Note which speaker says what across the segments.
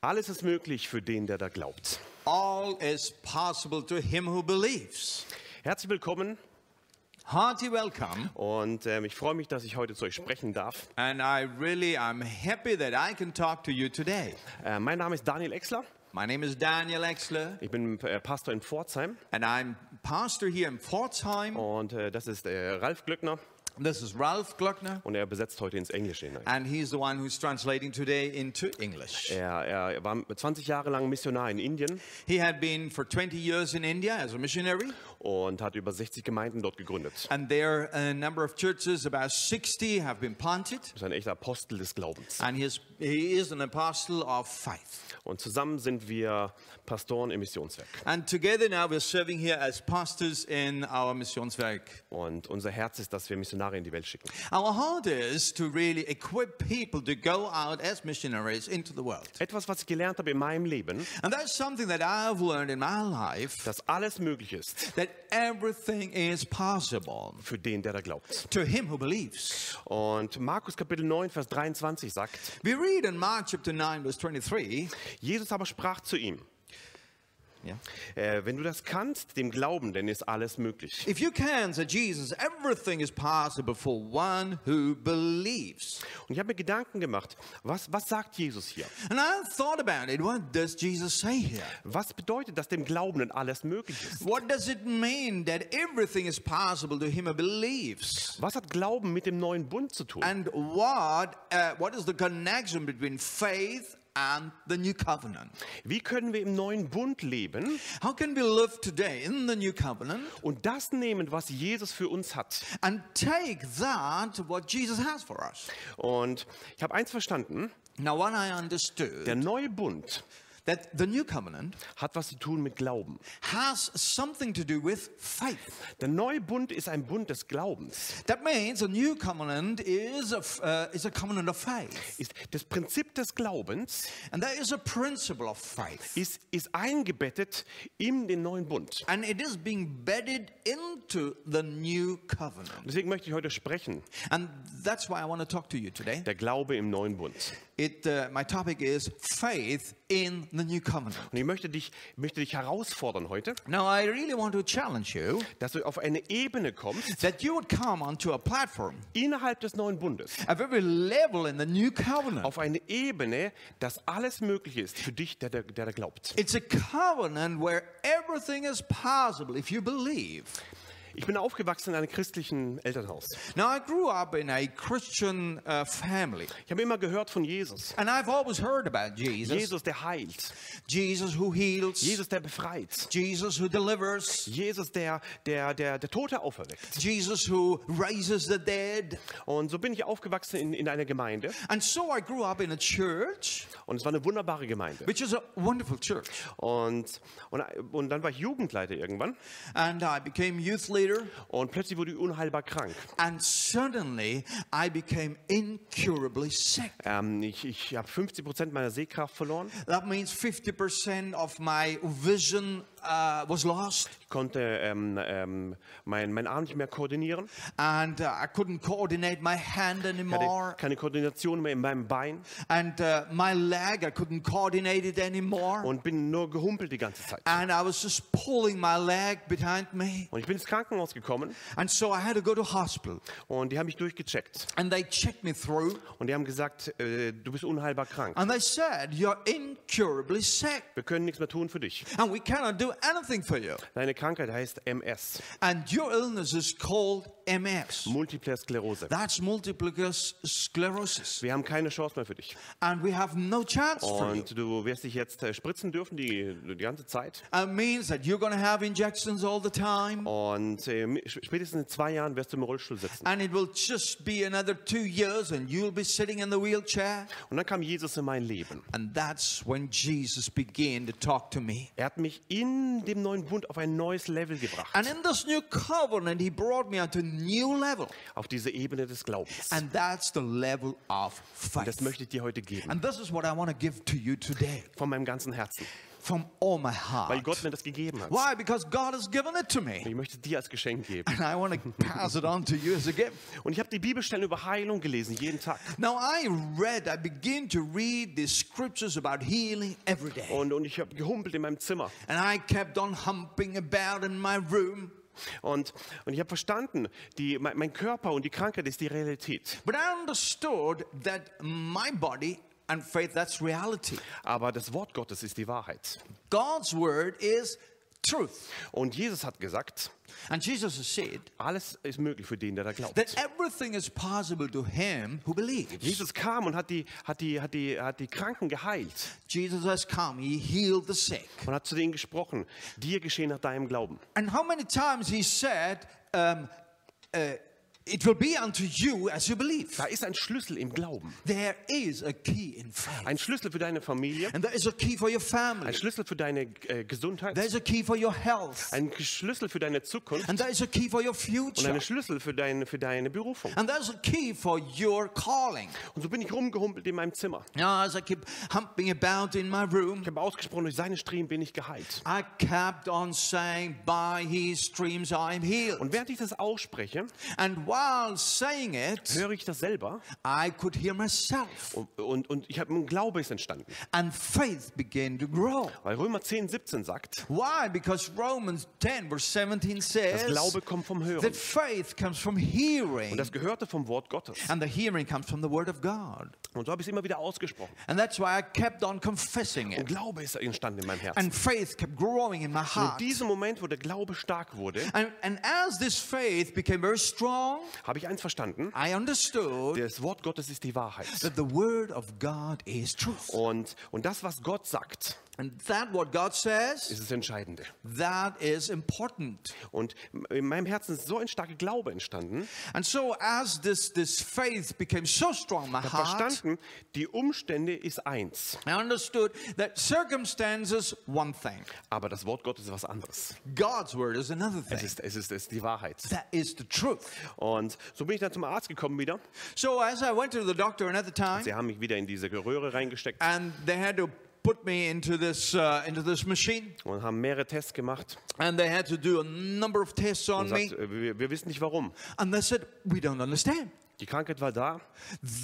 Speaker 1: Alles ist möglich für den, der da glaubt.
Speaker 2: All is possible to him who believes.
Speaker 1: Herzlich willkommen
Speaker 2: Hearty welcome.
Speaker 1: und ähm, ich freue mich, dass ich heute zu euch sprechen darf.
Speaker 2: And I really am happy that I can talk to you today.
Speaker 1: Äh, mein Name ist Daniel Exler.
Speaker 2: My name is Daniel Exler,
Speaker 1: Ich bin äh, Pastor in Pforzheim
Speaker 2: and I'm pastor here in Pforzheim.
Speaker 1: und äh, das ist äh, Ralf Glöckner
Speaker 2: This is Ralph Gluckner,
Speaker 1: und er besetzt heute ins Englische hinein.
Speaker 2: and he's the one who's translating today into English.
Speaker 1: Er, er war 20 Jahre lang Missionar in Indien
Speaker 2: He had been for 20 years in India as a missionary,
Speaker 1: und hat über 60 Gemeinden dort gegründet.
Speaker 2: and there a number of churches, about 60, have been planted.
Speaker 1: Ist ein echter Apostel des Glaubens.
Speaker 2: And his, he is an apostle of faith.
Speaker 1: Und zusammen sind wir Pastoren im Missionswerk.
Speaker 2: And together now we're serving here as pastors in our Missionswerk.
Speaker 1: Und unser Herz ist, dass wir Missionare in die Welt schicken.
Speaker 2: Our heart is to really equip people to go out as missionaries into the world.
Speaker 1: Etwas, was ich gelernt habe in meinem Leben,
Speaker 2: And that's something that I've learned in my life
Speaker 1: dass alles möglich ist
Speaker 2: that everything is possible
Speaker 1: für den, der da glaubt.
Speaker 2: to him who believes.
Speaker 1: Und Markus Kapitel 9, Vers 23 sagt,
Speaker 2: We read in Mark chapter 9, verse 23.
Speaker 1: Jesus aber sprach zu ihm,
Speaker 2: Yeah.
Speaker 1: äh, wenn du das kannst, dem Glauben, denn ist alles möglich.
Speaker 2: If you can, said Jesus, everything is possible for one who believes.
Speaker 1: Und ich habe mir Gedanken gemacht, was, was sagt Jesus hier?
Speaker 2: And I thought about it. What does Jesus say here?
Speaker 1: Was bedeutet das, dem Glaubenden alles möglich ist?
Speaker 2: What does it mean that everything is possible to him who believes?
Speaker 1: Was hat Glauben mit dem neuen Bund zu tun?
Speaker 2: And what uh, what is the connection between faith and the new covenant?
Speaker 1: Wie können wir im neuen Bund leben
Speaker 2: How can we live today in the new covenant
Speaker 1: und das nehmen, was Jesus für uns hat?
Speaker 2: and take that what Jesus has for us?
Speaker 1: Und ich habe eins verstanden,
Speaker 2: Now, what I understood
Speaker 1: der neue Bund
Speaker 2: that the new covenant
Speaker 1: hat was zu tun mit Glauben.
Speaker 2: has something to do with faith.
Speaker 1: Der neue Bund ist ein Bund des Glaubens.
Speaker 2: That means a new covenant is a, f- uh, is a covenant of faith.
Speaker 1: Ist, das Prinzip des Glaubens
Speaker 2: And there is a principle of faith.
Speaker 1: ist, ist eingebettet in den neuen Bund.
Speaker 2: And it is being bedded into the new covenant.
Speaker 1: Deswegen möchte ich heute sprechen,
Speaker 2: And that's why I want to talk to you today.
Speaker 1: der Glaube im neuen Bund.
Speaker 2: It, uh, my topic is faith in the new covenant.
Speaker 1: Und ich möchte dich, möchte dich herausfordern heute,
Speaker 2: Now, I really want to challenge you
Speaker 1: dass du auf eine Ebene kommst
Speaker 2: that you would come onto a platform,
Speaker 1: innerhalb des neuen Bundes.
Speaker 2: a very level in the new covenant.
Speaker 1: auf eine Ebene, dass alles möglich ist für dich, der, der, der da glaubt.
Speaker 2: It's a covenant where everything is possible if you believe.
Speaker 1: Ich bin aufgewachsen in einem christlichen Elternhaus.
Speaker 2: Now, I grew up in a Christian uh, family,
Speaker 1: Ich habe immer gehört von Jesus.
Speaker 2: and I've always heard about Jesus
Speaker 1: Jesus, der heilt.
Speaker 2: Jesus who heals,
Speaker 1: Jesus, der befreit.
Speaker 2: Jesus who delivers.
Speaker 1: Jesus, der, der, der, der Tote auferweckt.
Speaker 2: Jesus who raises the dead.
Speaker 1: Und so bin ich aufgewachsen in, in einer Gemeinde.
Speaker 2: And so I grew up in a church,
Speaker 1: Und es war eine wunderbare Gemeinde.
Speaker 2: which is a wonderful church.
Speaker 1: Und, und, und dann war ich Jugendleiter irgendwann.
Speaker 2: And I became youth leader,
Speaker 1: Und plötzlich wurde ich unheilbar krank.
Speaker 2: and suddenly I became incurably sick.
Speaker 1: Ähm, ich ich habe 50 Prozent meiner Sehkraft verloren.
Speaker 2: That means 50% of my vision uh, was lost,
Speaker 1: Ich konnte ähm, ähm, meinen mein Arm nicht mehr koordinieren.
Speaker 2: and uh, I couldn't coordinate my hand
Speaker 1: hatte
Speaker 2: anymore,
Speaker 1: keine Koordination mehr in meinem Bein
Speaker 2: and uh, my leg, I couldn't coordinate it anymore,
Speaker 1: und bin nur gehumpelt die ganze Zeit.
Speaker 2: and I was just pulling my leg behind me.
Speaker 1: Und ich bin ins Krankenhaus gekommen
Speaker 2: And so I had to go to hospital.
Speaker 1: und die haben mich durchgecheckt.
Speaker 2: And they checked me through
Speaker 1: Und die haben gesagt, äh, du bist unheilbar krank.
Speaker 2: and they said, You're incurably sick
Speaker 1: Wir können nichts mehr tun für dich.
Speaker 2: and we cannot do anything for you.
Speaker 1: Deine Krankheit heißt MS,
Speaker 2: And your illness is called MS.
Speaker 1: Multiple Sklerose.
Speaker 2: That's multiple scler- sclerosis.
Speaker 1: Wir haben keine Chance mehr für dich.
Speaker 2: And we have no chance for you.
Speaker 1: Und du wirst dich jetzt äh, spritzen dürfen die, die ganze Zeit.
Speaker 2: It means that you're going to have injections all the time.
Speaker 1: Und äh, sp- spätestens in zwei Jahren wirst du im Rollstuhl sitzen.
Speaker 2: And it will just be another two years and you'll be sitting in the wheelchair.
Speaker 1: Und dann kam Jesus in mein Leben.
Speaker 2: And that's when Jesus began to talk to me.
Speaker 1: Er hat mich in dem neuen Bund auf ein neues Level gebracht.
Speaker 2: And in this new covenant, he brought me onto a new level.
Speaker 1: Auf diese Ebene des Glaubens.
Speaker 2: And that's the level of
Speaker 1: Das
Speaker 2: faith.
Speaker 1: möchte ich dir heute geben.
Speaker 2: And this is what I want to give to you today
Speaker 1: Von meinem ganzen Herzen.
Speaker 2: from all my
Speaker 1: weil
Speaker 2: heart.
Speaker 1: Gott mir das gegeben hat.
Speaker 2: Why? Because God has given it to me.
Speaker 1: Ich möchte es dir als Geschenk geben.
Speaker 2: And I want to pass it on to you as a gift.
Speaker 1: Und ich habe die Bibelstellen über Heilung gelesen, jeden Tag.
Speaker 2: Now, I read, I begin to read the scriptures about healing every day.
Speaker 1: Und, und ich habe gehumpelt in meinem Zimmer.
Speaker 2: And I kept on humping about in my room.
Speaker 1: Und, und ich habe verstanden, die, mein, mein Körper und die Krankheit ist die Realität.
Speaker 2: But I understood that my body and faith, that's reality.
Speaker 1: Aber das Wort Gottes ist die Wahrheit.
Speaker 2: God's word is truth.
Speaker 1: Und Jesus hat gesagt,
Speaker 2: And Jesus has said
Speaker 1: alles ist möglich für den, der da glaubt.
Speaker 2: that everything is possible to him who believes.
Speaker 1: Jesus kam und hat die, hat, die, hat, die, hat die Kranken geheilt
Speaker 2: Jesus has come, he healed the sick.
Speaker 1: und hat zu denen gesprochen, dir geschehen nach deinem Glauben.
Speaker 2: And how many times he said, um, uh, It will be unto you as you believe.
Speaker 1: Da ist ein Schlüssel im Glauben.
Speaker 2: There is a key in faith.
Speaker 1: Ein Schlüssel für deine Familie,
Speaker 2: And there is a key for your
Speaker 1: ein
Speaker 2: family.
Speaker 1: Schlüssel für deine äh, Gesundheit,
Speaker 2: There's a key for your health.
Speaker 1: ein Schlüssel für deine Zukunft
Speaker 2: And there is a key for your
Speaker 1: und
Speaker 2: future.
Speaker 1: ein Schlüssel für deine, für deine Berufung.
Speaker 2: And there's a key for your calling.
Speaker 1: Und so bin ich rumgehumpelt in meinem Zimmer.
Speaker 2: Now, as I keep humping about in my room,
Speaker 1: Ich habe ausgesprochen, durch seine Striemen bin ich geheilt.
Speaker 2: I kept on saying, By his streams I am healed.
Speaker 1: Und während ich das ausspreche,
Speaker 2: And while saying it,
Speaker 1: höre ich das selber
Speaker 2: I could hear myself.
Speaker 1: und, und, und ich habe ein Glaube ist entstanden.
Speaker 2: And faith began to grow.
Speaker 1: Weil Römer 10, 17 sagt,
Speaker 2: Why? Because Romans 10, verse 17
Speaker 1: das
Speaker 2: says
Speaker 1: Glaube kommt vom Hören
Speaker 2: that faith comes from
Speaker 1: und
Speaker 2: hearing,
Speaker 1: das Gehörte vom Wort Gottes.
Speaker 2: and the hearing comes from the word of God.
Speaker 1: Und so habe ich es immer wieder ausgesprochen.
Speaker 2: And that's why I kept on confessing
Speaker 1: Und
Speaker 2: it.
Speaker 1: Glaube ist entstanden in meinem Herzen.
Speaker 2: And faith kept growing in my
Speaker 1: Und in
Speaker 2: heart.
Speaker 1: diesem Moment, wo der Glaube stark wurde,
Speaker 2: And, and as this faith became very strong,
Speaker 1: habe ich eins verstanden.
Speaker 2: I understood
Speaker 1: Das Wort Gottes ist die Wahrheit.
Speaker 2: that the word of God is truth.
Speaker 1: Und, und das, was Gott sagt,
Speaker 2: And that what God says,
Speaker 1: ist das Entscheidende.
Speaker 2: that is important.
Speaker 1: Und in meinem Herzen ist so ein starker Glaube entstanden.
Speaker 2: And so as this, this faith became so strong in my
Speaker 1: Ich habe
Speaker 2: heart,
Speaker 1: verstanden, die Umstände ist eins,
Speaker 2: I understood that circumstances one thing,
Speaker 1: aber das Wort Gottes ist was anderes.
Speaker 2: God's word is another
Speaker 1: Es
Speaker 2: thing.
Speaker 1: ist, es ist, es ist die Wahrheit.
Speaker 2: That is the truth.
Speaker 1: Und so bin ich dann zum Arzt gekommen wieder.
Speaker 2: So as I went to the doctor another time,
Speaker 1: Sie haben mich wieder in diese Röhre reingesteckt
Speaker 2: and they had to put me into this uh, into this machine,
Speaker 1: und haben mehrere Tests gemacht.
Speaker 2: and they had to do a number of tests on
Speaker 1: Und
Speaker 2: me,
Speaker 1: sagt, äh, wir, wir wissen nicht warum.
Speaker 2: and they said we don't understand.
Speaker 1: Die Krankheit war da,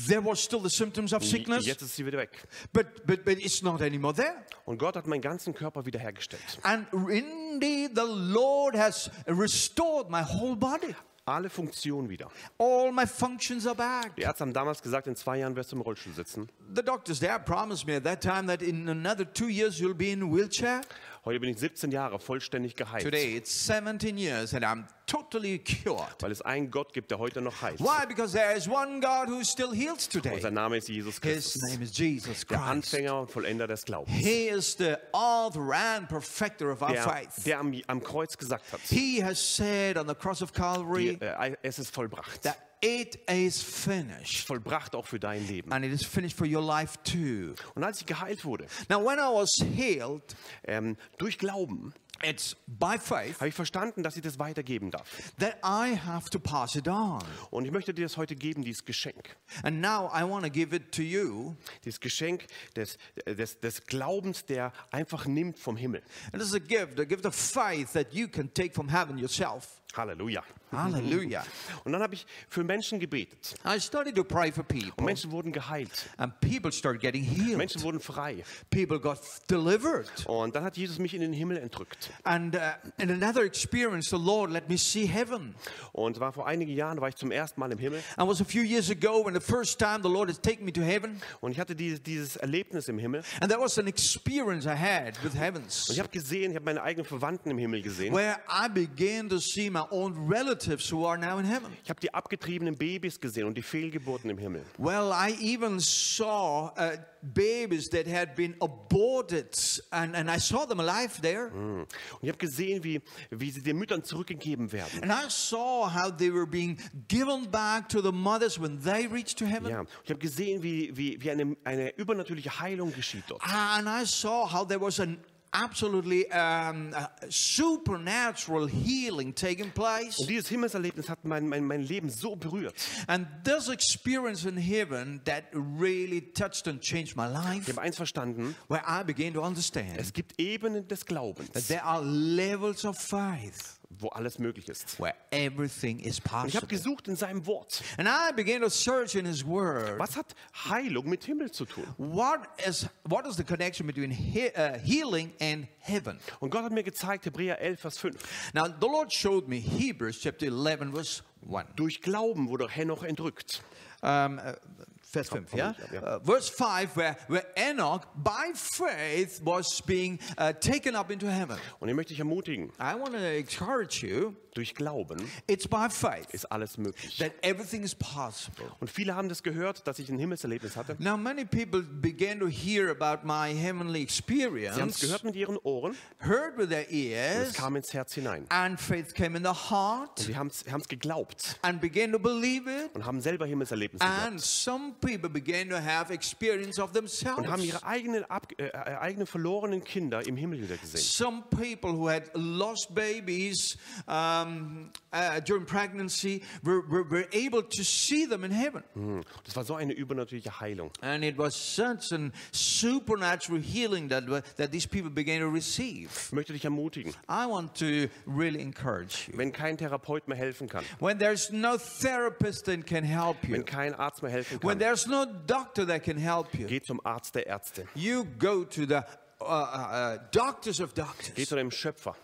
Speaker 2: There was still the symptoms of
Speaker 1: die-
Speaker 2: sickness,
Speaker 1: jetzt ist sie wieder weg.
Speaker 2: but but but it's not anymore there.
Speaker 1: Und Gott hat meinen ganzen Körper wiederhergestellt.
Speaker 2: And indeed, the Lord has restored my whole body.
Speaker 1: Alle Funktionen wieder.
Speaker 2: All my functions are back.
Speaker 1: Die Ärzte haben damals gesagt, in zwei Jahren wirst du im Rollstuhl sitzen.
Speaker 2: The doctors there promised me at that time that in another two years you'll be in a wheelchair.
Speaker 1: Heute bin ich 17 Jahre vollständig geheilt.
Speaker 2: Today it's 17 years and I'm totally cured.
Speaker 1: Weil es einen Gott gibt, der heute noch heilt.
Speaker 2: Why? Because there is one God who still heals
Speaker 1: Und
Speaker 2: today.
Speaker 1: sein Name ist Jesus
Speaker 2: His
Speaker 1: Christus.
Speaker 2: name is Jesus
Speaker 1: Der
Speaker 2: Christ.
Speaker 1: Anfänger und Vollender des Glaubens.
Speaker 2: He is the author and perfecter of our
Speaker 1: Der,
Speaker 2: faith.
Speaker 1: der am, am Kreuz gesagt hat,
Speaker 2: He has said on the cross of Calvary
Speaker 1: äh, es ist vollbracht.
Speaker 2: that it is finished.
Speaker 1: Vollbracht auch für dein Leben.
Speaker 2: And it is finished for your life too.
Speaker 1: Und als ich geheilt wurde,
Speaker 2: Now, when I was healed,
Speaker 1: ähm, durch Glauben,
Speaker 2: it's by faith
Speaker 1: habe ich verstanden, dass ich das weitergeben darf.
Speaker 2: that I have to pass it on.
Speaker 1: Und ich möchte dir das heute geben, dieses Geschenk.
Speaker 2: And now I want to give it to you.
Speaker 1: Dieses Geschenk des, des, des Glaubens, der einfach nimmt vom Himmel.
Speaker 2: And this is a gift, a gift of faith that you can take from heaven yourself.
Speaker 1: Halleluja.
Speaker 2: Hallelujah.
Speaker 1: Und dann habe ich für Menschen gebetet.
Speaker 2: I started to pray for
Speaker 1: Und
Speaker 2: people,
Speaker 1: Menschen wurden geheilt.
Speaker 2: and people started getting healed.
Speaker 1: Menschen wurden frei.
Speaker 2: People got delivered.
Speaker 1: Und dann hat Jesus mich in den Himmel entrückt.
Speaker 2: And uh, in another experience, the Lord let me see heaven.
Speaker 1: Und war vor einigen Jahren war ich zum ersten Mal im Himmel.
Speaker 2: And it was a few years ago when the first time the Lord has taken me to heaven.
Speaker 1: Und ich hatte dieses, dieses Erlebnis im Himmel.
Speaker 2: And that was an experience I had with
Speaker 1: Und
Speaker 2: heavens,
Speaker 1: ich habe gesehen, ich habe meine eigenen Verwandten im Himmel gesehen.
Speaker 2: where I began to see my own relatives who are now in heaven.
Speaker 1: Ich habe die abgetriebenen Babys gesehen und die Fehlgeburten im Himmel.
Speaker 2: Well, I even saw uh, babies that had been aborted, and, and I saw them alive there.
Speaker 1: Hm. Und ich habe gesehen, wie, wie sie den Müttern zurückgegeben werden.
Speaker 2: And I saw how they were being given back to the mothers when they reached to heaven.
Speaker 1: Ja, ich habe
Speaker 2: Ah,
Speaker 1: gesehen, wie, wie, wie eine, eine übernatürliche Heilung geschieht dort.
Speaker 2: And I saw how there was an absolutely um, uh, supernatural healing taking place.
Speaker 1: Und dieses Himmelserlebnis hat mein, mein, mein Leben so berührt.
Speaker 2: And this experience in heaven that really touched and changed my
Speaker 1: Ich
Speaker 2: life,
Speaker 1: habe eins verstanden,
Speaker 2: where I began to understand
Speaker 1: es gibt Ebenen des
Speaker 2: that
Speaker 1: Glaubens,
Speaker 2: there are levels of faith
Speaker 1: wo alles möglich ist.
Speaker 2: where everything is
Speaker 1: Und ich habe
Speaker 2: possible.
Speaker 1: gesucht in seinem Wort.
Speaker 2: And I began to search in His Word.
Speaker 1: Was hat Heilung mit Himmel zu tun?
Speaker 2: What is what is the connection between he- uh, healing and heaven?
Speaker 1: Und Gott hat mir gezeigt, Hebräer 11, Vers 5.
Speaker 2: Now the Lord showed me Hebrews chapter 11 verse 1.
Speaker 1: Durch Glauben wurde Henoch entrückt.
Speaker 2: Um, uh, verse 5, yeah? Uh, verse 5 where, where Enoch by faith was being uh, taken up into heaven.
Speaker 1: Und ich möchte dich ermutigen,
Speaker 2: I want to encourage you,
Speaker 1: durch Glauben
Speaker 2: it's by faith
Speaker 1: ist alles möglich.
Speaker 2: that everything is possible.
Speaker 1: Und viele haben das gehört, dass ich ein Himmelserlebnis hatte.
Speaker 2: Now many people began to hear about my heavenly
Speaker 1: Sie haben es
Speaker 2: experience,
Speaker 1: gehört mit ihren Ohren,
Speaker 2: heard with their
Speaker 1: es
Speaker 2: ears,
Speaker 1: kam ins Herz hinein.
Speaker 2: and faith came in the heart.
Speaker 1: Sie haben es haben es geglaubt
Speaker 2: and began to believe it.
Speaker 1: und haben selber Himmelserlebnisse gehabt.
Speaker 2: And some people began to have experience of themselves.
Speaker 1: Und haben ihre eigenen, ab, äh, äh, eigenen verlorenen Kinder im Himmel wieder gesehen.
Speaker 2: Some people who had lost babies um, uh, during pregnancy were, were, were able to see them in heaven.
Speaker 1: Hm. Das war so eine übernatürliche Heilung.
Speaker 2: And it was such a supernatural healing that, wa- that these people began to receive.
Speaker 1: Ich möchte dich ermutigen,
Speaker 2: I want to really encourage you.
Speaker 1: wenn kein Therapeut mehr helfen kann,
Speaker 2: When there's no therapist that can help you,
Speaker 1: wenn kein Arzt mehr helfen
Speaker 2: when
Speaker 1: kann,
Speaker 2: there's no doctor that can help you,
Speaker 1: geh zum Arzt der Ärzte.
Speaker 2: You go to the uh, uh, uh, doctors of
Speaker 1: Geh
Speaker 2: doctors.
Speaker 1: zu deinem Schöpfer.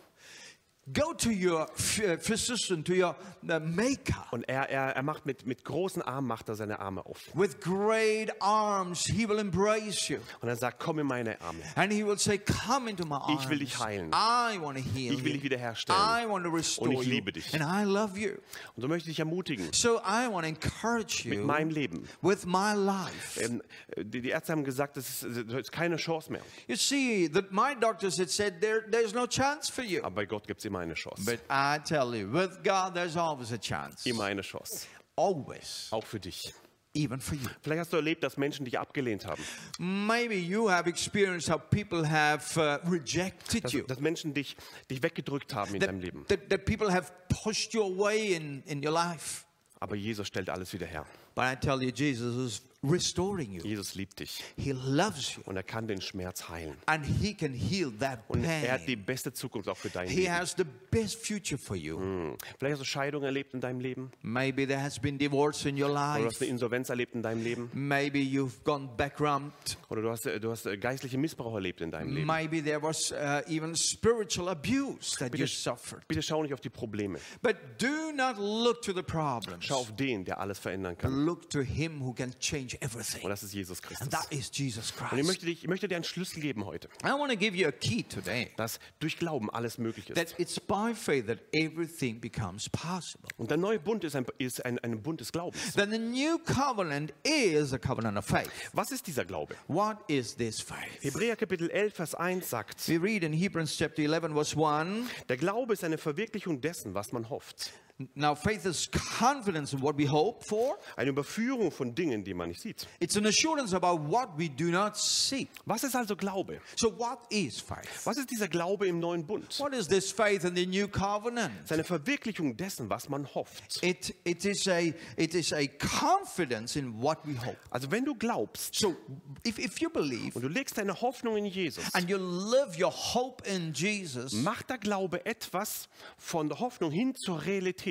Speaker 2: Go to your ph- uh, physician, to your uh, maker.
Speaker 1: Und er, er, er macht mit, mit großen Armen, macht er seine Arme auf.
Speaker 2: With great arms, he will embrace you.
Speaker 1: Und er sagt, komm in meine Arme.
Speaker 2: And he will say, Come into my arms.
Speaker 1: Ich will dich heilen.
Speaker 2: I want to heal
Speaker 1: Ich will
Speaker 2: you.
Speaker 1: dich wiederherstellen.
Speaker 2: I want to restore
Speaker 1: ich
Speaker 2: you.
Speaker 1: liebe dich.
Speaker 2: And I love you.
Speaker 1: Und so möchte ich dich ermutigen,
Speaker 2: So I want to encourage
Speaker 1: mit
Speaker 2: you
Speaker 1: meinem Leben.
Speaker 2: with my life.
Speaker 1: Ähm, die, die Ärzte haben gesagt, das ist, das ist keine Chance mehr.
Speaker 2: You see, that my doctors had said, there, There's no chance for you.
Speaker 1: Aber bei Gott gibt es immer eine Chance.
Speaker 2: But I tell you, with God, there's always a chance.
Speaker 1: Immer eine Chance.
Speaker 2: Always.
Speaker 1: Auch für dich.
Speaker 2: Even for you.
Speaker 1: Vielleicht hast du erlebt, dass Menschen dich abgelehnt haben.
Speaker 2: Maybe you have experienced how people have uh, rejected
Speaker 1: Dass,
Speaker 2: you.
Speaker 1: dass Menschen dich, dich weggedrückt haben in deinem Leben.
Speaker 2: That, that, that people have pushed you away in, in your life.
Speaker 1: Aber Jesus stellt alles wieder her.
Speaker 2: But I tell you, Jesus is restoring you.
Speaker 1: Jesus liebt dich.
Speaker 2: He loves you.
Speaker 1: Und er kann den Schmerz heilen.
Speaker 2: And He can heal that
Speaker 1: Und er hat die
Speaker 2: pain.
Speaker 1: beste Zukunft auch für dein
Speaker 2: He
Speaker 1: Leben.
Speaker 2: has the best future for you.
Speaker 1: Hm. Vielleicht hast du Scheidung erlebt in deinem Leben.
Speaker 2: Maybe there has been divorce in your
Speaker 1: Oder du
Speaker 2: life.
Speaker 1: hast eine Insolvenz erlebt in deinem Leben.
Speaker 2: Maybe you've gone bankrupt.
Speaker 1: Oder du hast, äh, du hast äh, geistlichen Missbrauch erlebt in deinem Leben.
Speaker 2: Maybe there was uh, even spiritual abuse that you
Speaker 1: Bitte-
Speaker 2: suffered.
Speaker 1: Bitte schau nicht auf die Probleme.
Speaker 2: But do not look to the problems.
Speaker 1: Schau auf den, der alles verändern kann.
Speaker 2: look to him who can change
Speaker 1: Und
Speaker 2: everything.
Speaker 1: das ist Jesus
Speaker 2: And
Speaker 1: Christus.
Speaker 2: that is Jesus
Speaker 1: Und ich
Speaker 2: Christ.
Speaker 1: möchte, dich, ich möchte dir einen Schlüssel geben heute,
Speaker 2: I want to give you a key today
Speaker 1: dass durch Glauben alles möglich ist.
Speaker 2: that it's by faith that everything becomes possible.
Speaker 1: Und der neue Bund ist ein, ist ein, ein Bund des Glaubens.
Speaker 2: Then the new covenant is a covenant of faith.
Speaker 1: Was ist dieser Glaube?
Speaker 2: What is this faith?
Speaker 1: Hebräer Kapitel 11, Vers 1 sagt,
Speaker 2: We read in Hebrews chapter 11, verse 1.
Speaker 1: der Glaube ist eine Verwirklichung dessen, was man hofft.
Speaker 2: Now, faith is confidence in what we hope for,
Speaker 1: Eine Überführung von Dingen, die man nicht sieht.
Speaker 2: it's an assurance about what we do not see.
Speaker 1: Was ist also Glaube?
Speaker 2: So, what is faith?
Speaker 1: Was ist dieser Glaube im neuen Bund?
Speaker 2: What is this faith in the new covenant?
Speaker 1: Es ist eine Verwirklichung dessen, was man hofft.
Speaker 2: It, it, is a, it is a confidence in what we hope.
Speaker 1: Also wenn du glaubst
Speaker 2: So if, if you believe
Speaker 1: und du legst deine Hoffnung in Jesus,
Speaker 2: and you live your hope in Jesus,
Speaker 1: macht der Glaube etwas von der Hoffnung hin zur Realität.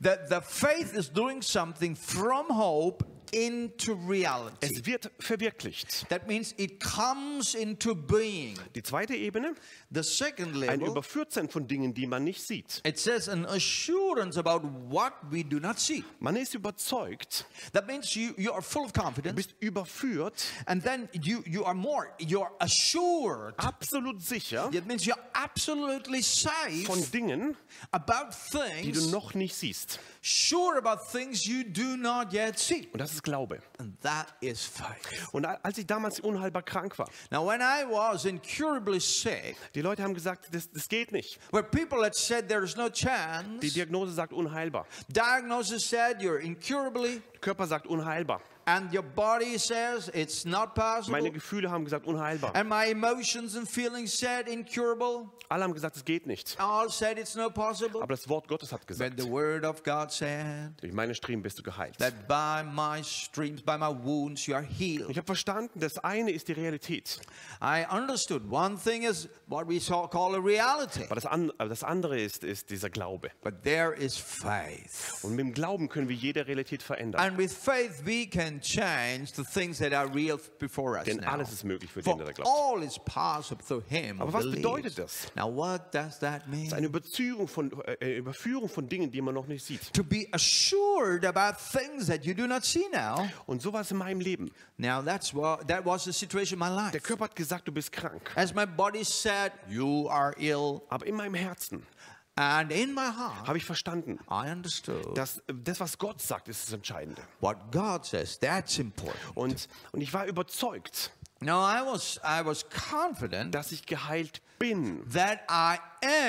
Speaker 2: that the faith is doing something from hope into reality.
Speaker 1: Es wird verwirklicht.
Speaker 2: That means it comes into being.
Speaker 1: Die zweite Ebene,
Speaker 2: The second
Speaker 1: ein
Speaker 2: level,
Speaker 1: Überführtsein von Dingen, die man nicht sieht.
Speaker 2: it says an assurance about what we do not see.
Speaker 1: Man ist überzeugt,
Speaker 2: That means you, you are full of
Speaker 1: du
Speaker 2: confidence
Speaker 1: bist überführt,
Speaker 2: and then you, you are more, you're assured.
Speaker 1: absolut sicher
Speaker 2: It means you're absolutely safe
Speaker 1: von Dingen,
Speaker 2: about
Speaker 1: die du
Speaker 2: things,
Speaker 1: noch nicht siehst.
Speaker 2: sure about things you do not yet see.
Speaker 1: Und das ist Glaube.
Speaker 2: And that is faith.
Speaker 1: Und a- als ich damals unheilbar krank war,
Speaker 2: Now, when I was incurably sick,
Speaker 1: die Leute haben gesagt, das, das geht nicht.
Speaker 2: where people had said there is no
Speaker 1: Die
Speaker 2: chance,
Speaker 1: Diagnose sagt unheilbar.
Speaker 2: diagnosis said you're incurably
Speaker 1: Du Körper sagt unheilbar.
Speaker 2: and your body says it's not
Speaker 1: Meine
Speaker 2: possible,
Speaker 1: Gefühle haben gesagt unheilbar.
Speaker 2: and my emotions and feelings said incurable,
Speaker 1: Alle haben gesagt, es geht nicht.
Speaker 2: all said it's not possible.
Speaker 1: Aber das Wort Gottes hat
Speaker 2: But
Speaker 1: gesagt,
Speaker 2: the word of God said
Speaker 1: durch meine Striemen bist du geheilt.
Speaker 2: that by my streams, by my wounds, you are healed.
Speaker 1: Ich habe verstanden, das eine ist die Realität,
Speaker 2: I understood one thing is what we so call a reality,
Speaker 1: aber das, an, aber das andere ist, ist dieser Glaube.
Speaker 2: but there is faith.
Speaker 1: Und mit dem Glauben können wir jede Realität verändern.
Speaker 2: And with faith, we can change the things that are real before us.
Speaker 1: Denn
Speaker 2: now.
Speaker 1: alles ist möglich für den,
Speaker 2: For
Speaker 1: der da glaubt.
Speaker 2: all is possible through him. who
Speaker 1: Aber was
Speaker 2: believes.
Speaker 1: bedeutet das?
Speaker 2: Now, what does that mean?
Speaker 1: Eine Überziehung von, äh, Überführung von Dingen, die man noch nicht sieht.
Speaker 2: To be assured about things that you do not see now.
Speaker 1: Und sowas in meinem Leben.
Speaker 2: Now, that's what that was the situation in my
Speaker 1: Der
Speaker 2: life.
Speaker 1: Körper hat gesagt, du bist krank.
Speaker 2: As my body said, you are ill,
Speaker 1: Aber in meinem Herzen
Speaker 2: and in my heart,
Speaker 1: habe ich verstanden,
Speaker 2: I understood
Speaker 1: dass äh, das, was Gott sagt, ist das Entscheidende.
Speaker 2: what God says. That's important.
Speaker 1: Und, und ich war überzeugt,
Speaker 2: Now, I was I was confident
Speaker 1: dass ich geheilt bin.
Speaker 2: that I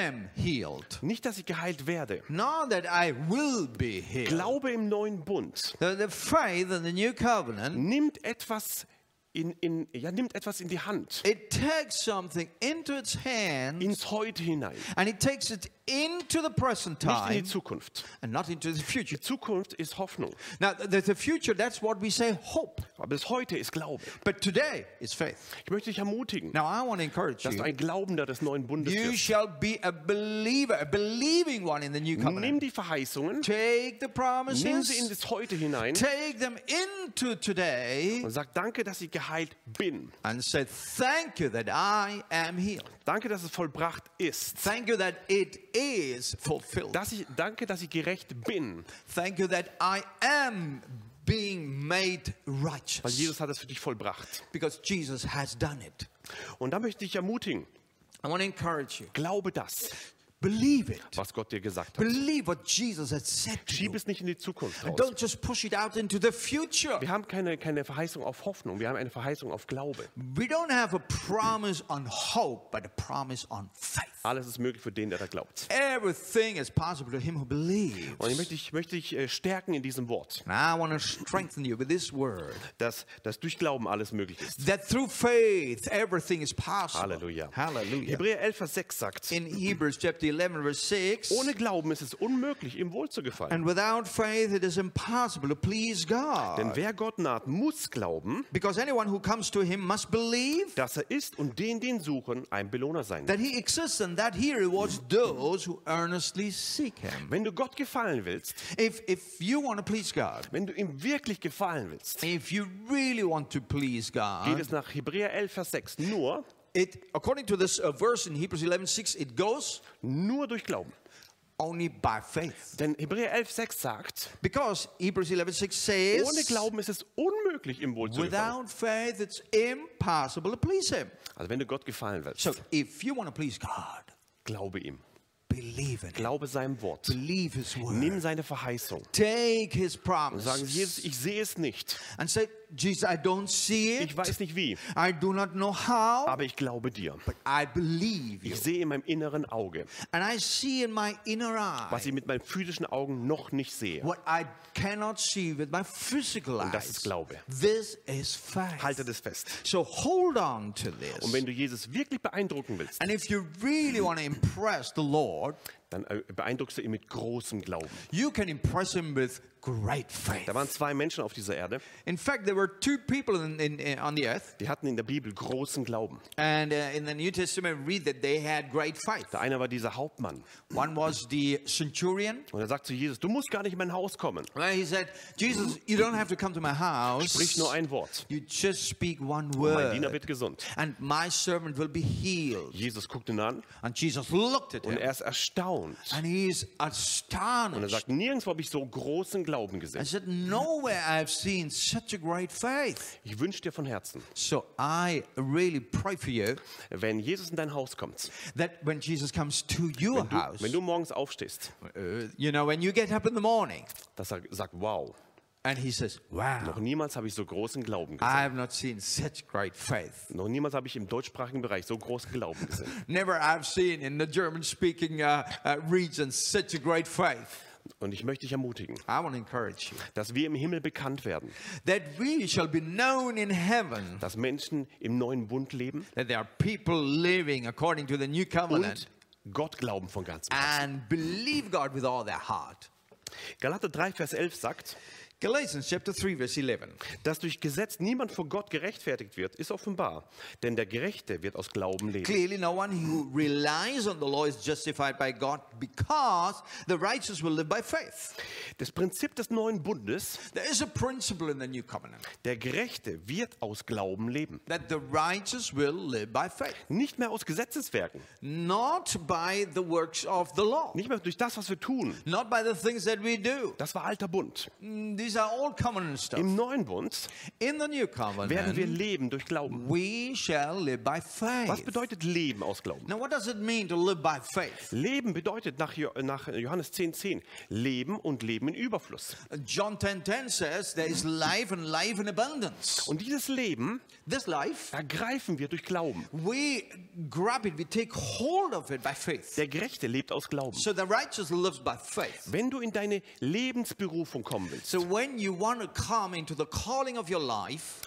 Speaker 2: am healed.
Speaker 1: Nicht, dass ich geheilt werde.
Speaker 2: Now that I will be healed.
Speaker 1: Glaube im neuen Bund
Speaker 2: So the faith in the new covenant,
Speaker 1: nimmt etwas in, in, ja, nimmt etwas in die Hand,
Speaker 2: it takes something into its hand
Speaker 1: ins Heute hinein,
Speaker 2: and it takes it into the present
Speaker 1: nicht in die
Speaker 2: time
Speaker 1: Zukunft.
Speaker 2: and not into the future.
Speaker 1: Die Zukunft ist Hoffnung,
Speaker 2: Now, the, the future, that's what we say hope.
Speaker 1: aber das Heute ist Glaube.
Speaker 2: But today is faith.
Speaker 1: Ich möchte dich ermutigen,
Speaker 2: Now, I want to encourage
Speaker 1: dass du
Speaker 2: you.
Speaker 1: ein Glaubender des neuen Bundes
Speaker 2: You
Speaker 1: wirst.
Speaker 2: shall be a believer, a believing one in the new covenant.
Speaker 1: Nimm die Verheißungen,
Speaker 2: Take the
Speaker 1: nimm sie in
Speaker 2: promises,
Speaker 1: das Heute hinein
Speaker 2: take them into today,
Speaker 1: und sag Danke, dass ich geheilt bin.
Speaker 2: and say, Thank you that I am healed.
Speaker 1: Danke, dass es vollbracht ist.
Speaker 2: Thank you that it is fulfilled.
Speaker 1: Dass ich, danke, dass ich gerecht bin.
Speaker 2: Thank you that I am being made
Speaker 1: Weil
Speaker 2: righteous
Speaker 1: Jesus hat es für dich vollbracht.
Speaker 2: because Jesus has done it.
Speaker 1: Und da möchte ich dich ermutigen,
Speaker 2: I want to encourage you.
Speaker 1: glaube das,
Speaker 2: Believe it.
Speaker 1: was Gott dir gesagt hat.
Speaker 2: Believe what Jesus has said to
Speaker 1: Schieb
Speaker 2: you.
Speaker 1: es nicht in die Zukunft raus.
Speaker 2: Don't just push it out into the future.
Speaker 1: Wir haben keine, keine Verheißung auf Hoffnung, wir haben eine Verheißung auf Glaube.
Speaker 2: We don't have a promise on hope, but a promise on faith.
Speaker 1: Alles ist möglich für den, der da glaubt.
Speaker 2: Everything is possible to him who believes.
Speaker 1: Und ich möchte dich möchte ich, äh, stärken in diesem Wort,
Speaker 2: And I want to strengthen you with this word
Speaker 1: dass, dass durch Glauben alles möglich ist.
Speaker 2: that through faith everything is possible.
Speaker 1: Halleluja.
Speaker 2: Hallelujah.
Speaker 1: Hebräer 11, Vers 6 sagt,
Speaker 2: In Hebrews chapter 11, verse 6.
Speaker 1: ohne Glauben ist es unmöglich, ihm wohl zu gefallen.
Speaker 2: And without faith, it is impossible to please God.
Speaker 1: Denn wer Gott naht, muss glauben,
Speaker 2: Because anyone who comes to Him must believe
Speaker 1: dass er ist und den, den suchen, ein Belohner sein wird.
Speaker 2: that He exists and that He rewards those who earnestly seek Him.
Speaker 1: Wenn du Gott gefallen willst,
Speaker 2: If, if you want to please God,
Speaker 1: wenn du ihm wirklich gefallen willst,
Speaker 2: if you really want to please
Speaker 1: geht
Speaker 2: God,
Speaker 1: es nach Hebräer 11, Vers 6 nur,
Speaker 2: it, according to this uh, verse in Hebrews 11 6, it goes
Speaker 1: nur durch Glauben.
Speaker 2: only by faith.
Speaker 1: Denn Hebräer 11, 6 sagt,
Speaker 2: Because Hebrews 11 6
Speaker 1: ohne
Speaker 2: says,
Speaker 1: Glauben ist es unmöglich, ihm wohl zu gefallen.
Speaker 2: without faith, it's impossible to please Him.
Speaker 1: Also wenn du Gott gefallen
Speaker 2: So
Speaker 1: willst,
Speaker 2: if you want to please God,
Speaker 1: glaube ihm.
Speaker 2: believe in Him,
Speaker 1: Glaube seinem Wort.
Speaker 2: believe His Word.
Speaker 1: Nimm seine Verheißung.
Speaker 2: Take his
Speaker 1: Und sagen,
Speaker 2: promise
Speaker 1: Jesus, ich sehe es nicht.
Speaker 2: and say, Jesus, I don't see it.
Speaker 1: Ich Ah. weiß nicht wie,
Speaker 2: I do not know how,
Speaker 1: aber ich glaube dir.
Speaker 2: but I believe you.
Speaker 1: Ich sehe in meinem inneren Auge,
Speaker 2: And I see in my inner
Speaker 1: was
Speaker 2: eye
Speaker 1: ich mit meinen physischen Augen noch nicht sehe.
Speaker 2: what I cannot see with my physical
Speaker 1: Und das
Speaker 2: eyes.
Speaker 1: ist Glaube.
Speaker 2: This is
Speaker 1: Halte
Speaker 2: faith.
Speaker 1: das fest.
Speaker 2: So hold on to
Speaker 1: Und
Speaker 2: this.
Speaker 1: wenn du Jesus wirklich beeindrucken willst,
Speaker 2: And if you really want to impress the Lord,
Speaker 1: dann äh, beeindruckst du ihn mit großem Glauben.
Speaker 2: you can impress him with great faith.
Speaker 1: Da waren zwei Menschen auf dieser Erde,
Speaker 2: In fact, there were two people in, in, in- on the earth,
Speaker 1: die hatten in der Bibel großen Glauben.
Speaker 2: and uh, in the New Testament, we read that they had great faith.
Speaker 1: Der eine war dieser Hauptmann.
Speaker 2: One was the centurion.
Speaker 1: Und er sagt zu Jesus, du musst gar nicht in mein Haus kommen.
Speaker 2: Where he said, Jesus, you don't have to come to my
Speaker 1: Sprich
Speaker 2: house.
Speaker 1: nur ein Wort.
Speaker 2: You just speak one
Speaker 1: Mein Diener
Speaker 2: word,
Speaker 1: wird gesund.
Speaker 2: and my servant will be healed.
Speaker 1: Jesus guckt ihn an
Speaker 2: And Jesus looked at
Speaker 1: und
Speaker 2: him,
Speaker 1: er ist erstaunt.
Speaker 2: and he's
Speaker 1: Und er
Speaker 2: astonished.
Speaker 1: sagt, nirgendwo habe ich so großen Glauben
Speaker 2: I
Speaker 1: gesehen.
Speaker 2: said, Nowhere I've seen such a great faith.
Speaker 1: Ich wünsche dir von Herzen,
Speaker 2: So I really pray for you
Speaker 1: wenn Jesus in dein Haus kommt,
Speaker 2: that when Jesus comes to your
Speaker 1: du,
Speaker 2: house,
Speaker 1: wenn du morgens aufstehst,
Speaker 2: uh, you know, when you get up in the morning,
Speaker 1: dass er sagt, wow,
Speaker 2: and he says,
Speaker 1: noch
Speaker 2: Wow,
Speaker 1: niemals habe ich so großen Glauben gesehen.
Speaker 2: I have not seen such great faith.
Speaker 1: Noch niemals habe ich im deutschsprachigen Bereich so großen Glauben gesehen.
Speaker 2: Never I've seen in the German speaking uh, uh, region such a great faith.
Speaker 1: Und ich möchte dich ermutigen,
Speaker 2: I want to encourage you
Speaker 1: dass wir im Himmel bekannt werden,
Speaker 2: that we shall be known in heaven,
Speaker 1: dass Menschen im neuen Bund leben
Speaker 2: that there are people living according to the new covenant
Speaker 1: und Gott glauben von ganzem Herzen.
Speaker 2: and believe God with all their heart.
Speaker 1: Galater 3, Vers 11 sagt,
Speaker 2: Galatians chapter 3, verse 11.
Speaker 1: dass durch Gesetz niemand vor Gott gerechtfertigt wird, ist offenbar. Denn der Gerechte wird aus Glauben leben.
Speaker 2: Clearly, no one who relies on the law is justified by God because the righteous will live by faith.
Speaker 1: Das Prinzip des neuen Bundes,
Speaker 2: There is a principle in the new covenant
Speaker 1: der Gerechte wird aus Glauben leben.
Speaker 2: that the righteous will live by faith,
Speaker 1: Nicht mehr aus Gesetzeswerken,
Speaker 2: not by the works of the law,
Speaker 1: nicht mehr durch das, was wir tun.
Speaker 2: not by the things that we do.
Speaker 1: Das war alter Bund.
Speaker 2: Mm, These are all covenant stuff.
Speaker 1: Im neuen Bund
Speaker 2: In the new
Speaker 1: werden wir
Speaker 2: covenant,
Speaker 1: leben durch Glauben.
Speaker 2: we shall live by
Speaker 1: Was
Speaker 2: faith.
Speaker 1: bedeutet Leben aus Glauben?
Speaker 2: Now, what does it mean to live by faith?
Speaker 1: Leben bedeutet nach, Jo- nach Johannes 10,10 10, Leben und Leben in Überfluss.
Speaker 2: John 10:10 says there is life and life in abundance.
Speaker 1: Und dieses Leben
Speaker 2: This life
Speaker 1: ergreifen wir durch Glauben.
Speaker 2: we grab it, we take hold of it by faith.
Speaker 1: Der Gerechte lebt aus Glauben.
Speaker 2: So the righteous lives by faith.
Speaker 1: Wenn du in deine Lebensberufung kommen willst,
Speaker 2: So when you want to come into the calling of your life,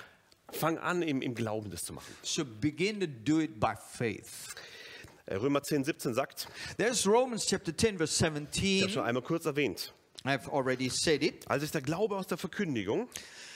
Speaker 1: fang an, im, im Glauben das zu machen.
Speaker 2: so begin to do it by faith.
Speaker 1: Äh, Römer 10, 17 sagt,
Speaker 2: There's Romans chapter 10, verse
Speaker 1: ich habe
Speaker 2: 17.
Speaker 1: schon einmal kurz erwähnt,
Speaker 2: I've already said it.
Speaker 1: also ist der Glaube aus der Verkündigung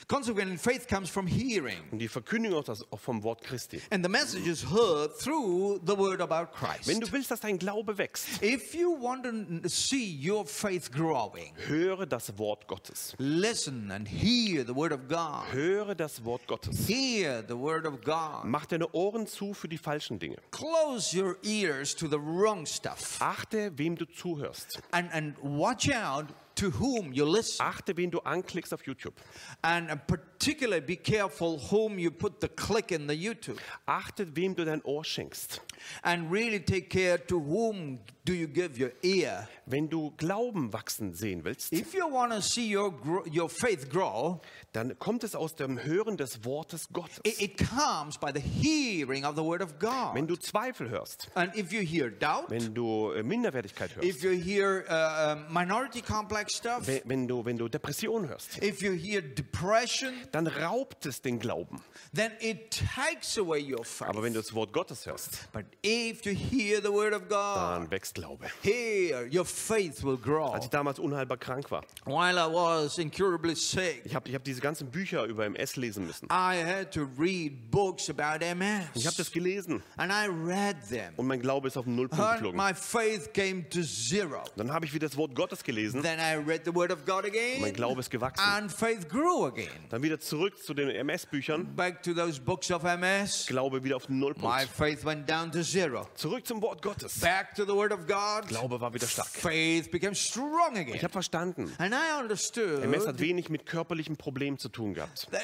Speaker 2: Consequently, faith comes from hearing.
Speaker 1: und die Verkündigung aus das, vom Wort Christi.
Speaker 2: And the message is heard through the word about
Speaker 1: Wenn
Speaker 2: Christ.
Speaker 1: du willst, dass dein Glaube wächst,
Speaker 2: If you want to n- see your faith growing,
Speaker 1: höre das Wort Gottes.
Speaker 2: listen and hear the word of God.
Speaker 1: Höre das Wort Gottes.
Speaker 2: Hear the word of God.
Speaker 1: Mach deine Ohren zu für die falschen Dinge.
Speaker 2: close your ears to the wrong stuff
Speaker 1: Achte, wem du zuhörst.
Speaker 2: and, and watch out to whom you listen
Speaker 1: Achte, wen du anklickst auf YouTube.
Speaker 2: and uh, particularly be careful whom you put the click in the youtube
Speaker 1: Achte, wem du dein Ohr schenkst.
Speaker 2: and really take care to whom do you give your ear
Speaker 1: Wenn du Glauben wachsen sehen willst,
Speaker 2: if you want to see your gro- your faith grow
Speaker 1: dann kommt es aus dem Hören des Wortes
Speaker 2: it,
Speaker 1: Gottes.
Speaker 2: it comes by the hearing of the word of god
Speaker 1: Wenn du Zweifel hörst,
Speaker 2: and if you hear doubt
Speaker 1: wenn du äh, Minderwertigkeit hörst,
Speaker 2: if you hear uh, uh, minority complex stuff
Speaker 1: we- wenn du, wenn du Depression hörst,
Speaker 2: if you hear depression
Speaker 1: dann raubt es den Glauben.
Speaker 2: then it takes away your faith
Speaker 1: Aber wenn du das Wort Gottes hörst,
Speaker 2: But if you hear the word of God,
Speaker 1: dann wächst Glaube.
Speaker 2: here your faith will grow.
Speaker 1: Als ich damals unheilbar krank war,
Speaker 2: While I was incurably sick,
Speaker 1: ich habe ich hab diese ganzen Bücher über MS lesen müssen.
Speaker 2: I had to read books about
Speaker 1: Ich habe
Speaker 2: MS.
Speaker 1: das gelesen
Speaker 2: And I read them.
Speaker 1: und mein Glaube ist auf den Nullpunkt
Speaker 2: And
Speaker 1: geflogen.
Speaker 2: my faith came to zero.
Speaker 1: Dann habe ich wieder das Wort Gottes gelesen,
Speaker 2: Then I read the word of God
Speaker 1: mein
Speaker 2: again,
Speaker 1: Glaube ist gewachsen.
Speaker 2: and faith grew again.
Speaker 1: Dann wieder zurück zu den MS-Büchern,
Speaker 2: Back to those books of MS,
Speaker 1: Glaube wieder auf den
Speaker 2: my
Speaker 1: Nullpunkt.
Speaker 2: faith went down to zero.
Speaker 1: Zurück zum Wort Gottes.
Speaker 2: Back to the word of God,
Speaker 1: Glaube war wieder stark.
Speaker 2: faith became strong
Speaker 1: Ich
Speaker 2: again.
Speaker 1: habe verstanden,
Speaker 2: And I understood
Speaker 1: MS hat wenig mit körperlichen Problemen zu tun gehabt.
Speaker 2: They-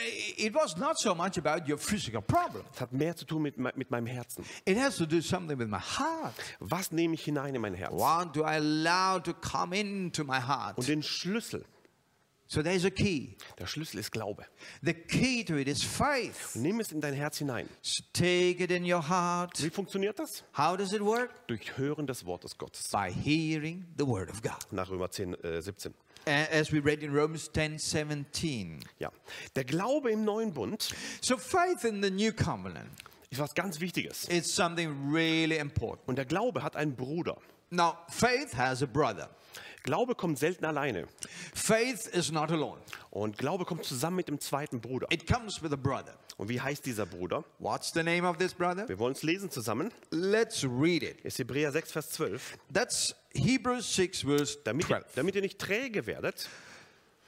Speaker 2: It was not so much about your physical problem.
Speaker 1: Es hat mehr zu tun mit, me- mit meinem Herzen.
Speaker 2: It has to do something with my heart.
Speaker 1: Was nehme ich hinein in mein Herz?
Speaker 2: What do I allow to come into my heart?
Speaker 1: Und den Schlüssel,
Speaker 2: So there's a key.
Speaker 1: der Schlüssel ist Glaube.
Speaker 2: The key to it is faith.
Speaker 1: Nimm es in dein Herz hinein.
Speaker 2: So take it in your heart.
Speaker 1: Wie funktioniert das?
Speaker 2: How does it work?
Speaker 1: Durch Hören des Wortes Gottes.
Speaker 2: By hearing the word of God.
Speaker 1: Nach Römer 10, äh, 17.
Speaker 2: A- As we read in Romans 10 17.
Speaker 1: Ja. Der Glaube im neuen Bund
Speaker 2: So faith in the new covenant
Speaker 1: ist was ganz Wichtiges.
Speaker 2: is something really important.
Speaker 1: Und der Glaube hat einen Bruder.
Speaker 2: Now, faith has a brother.
Speaker 1: Glaube kommt selten alleine.
Speaker 2: Faith is not alone,
Speaker 1: Und Glaube kommt zusammen mit dem zweiten Bruder.
Speaker 2: it comes with a brother.
Speaker 1: Und wie heißt dieser Bruder?
Speaker 2: What's the name of this brother?
Speaker 1: Wir wollen es lesen zusammen.
Speaker 2: Let's read it.
Speaker 1: Ist Hebräer 6, Vers 12.
Speaker 2: That's Hebrews 6, verse
Speaker 1: Damit ihr,
Speaker 2: 12.
Speaker 1: damit ihr nicht träge werdet,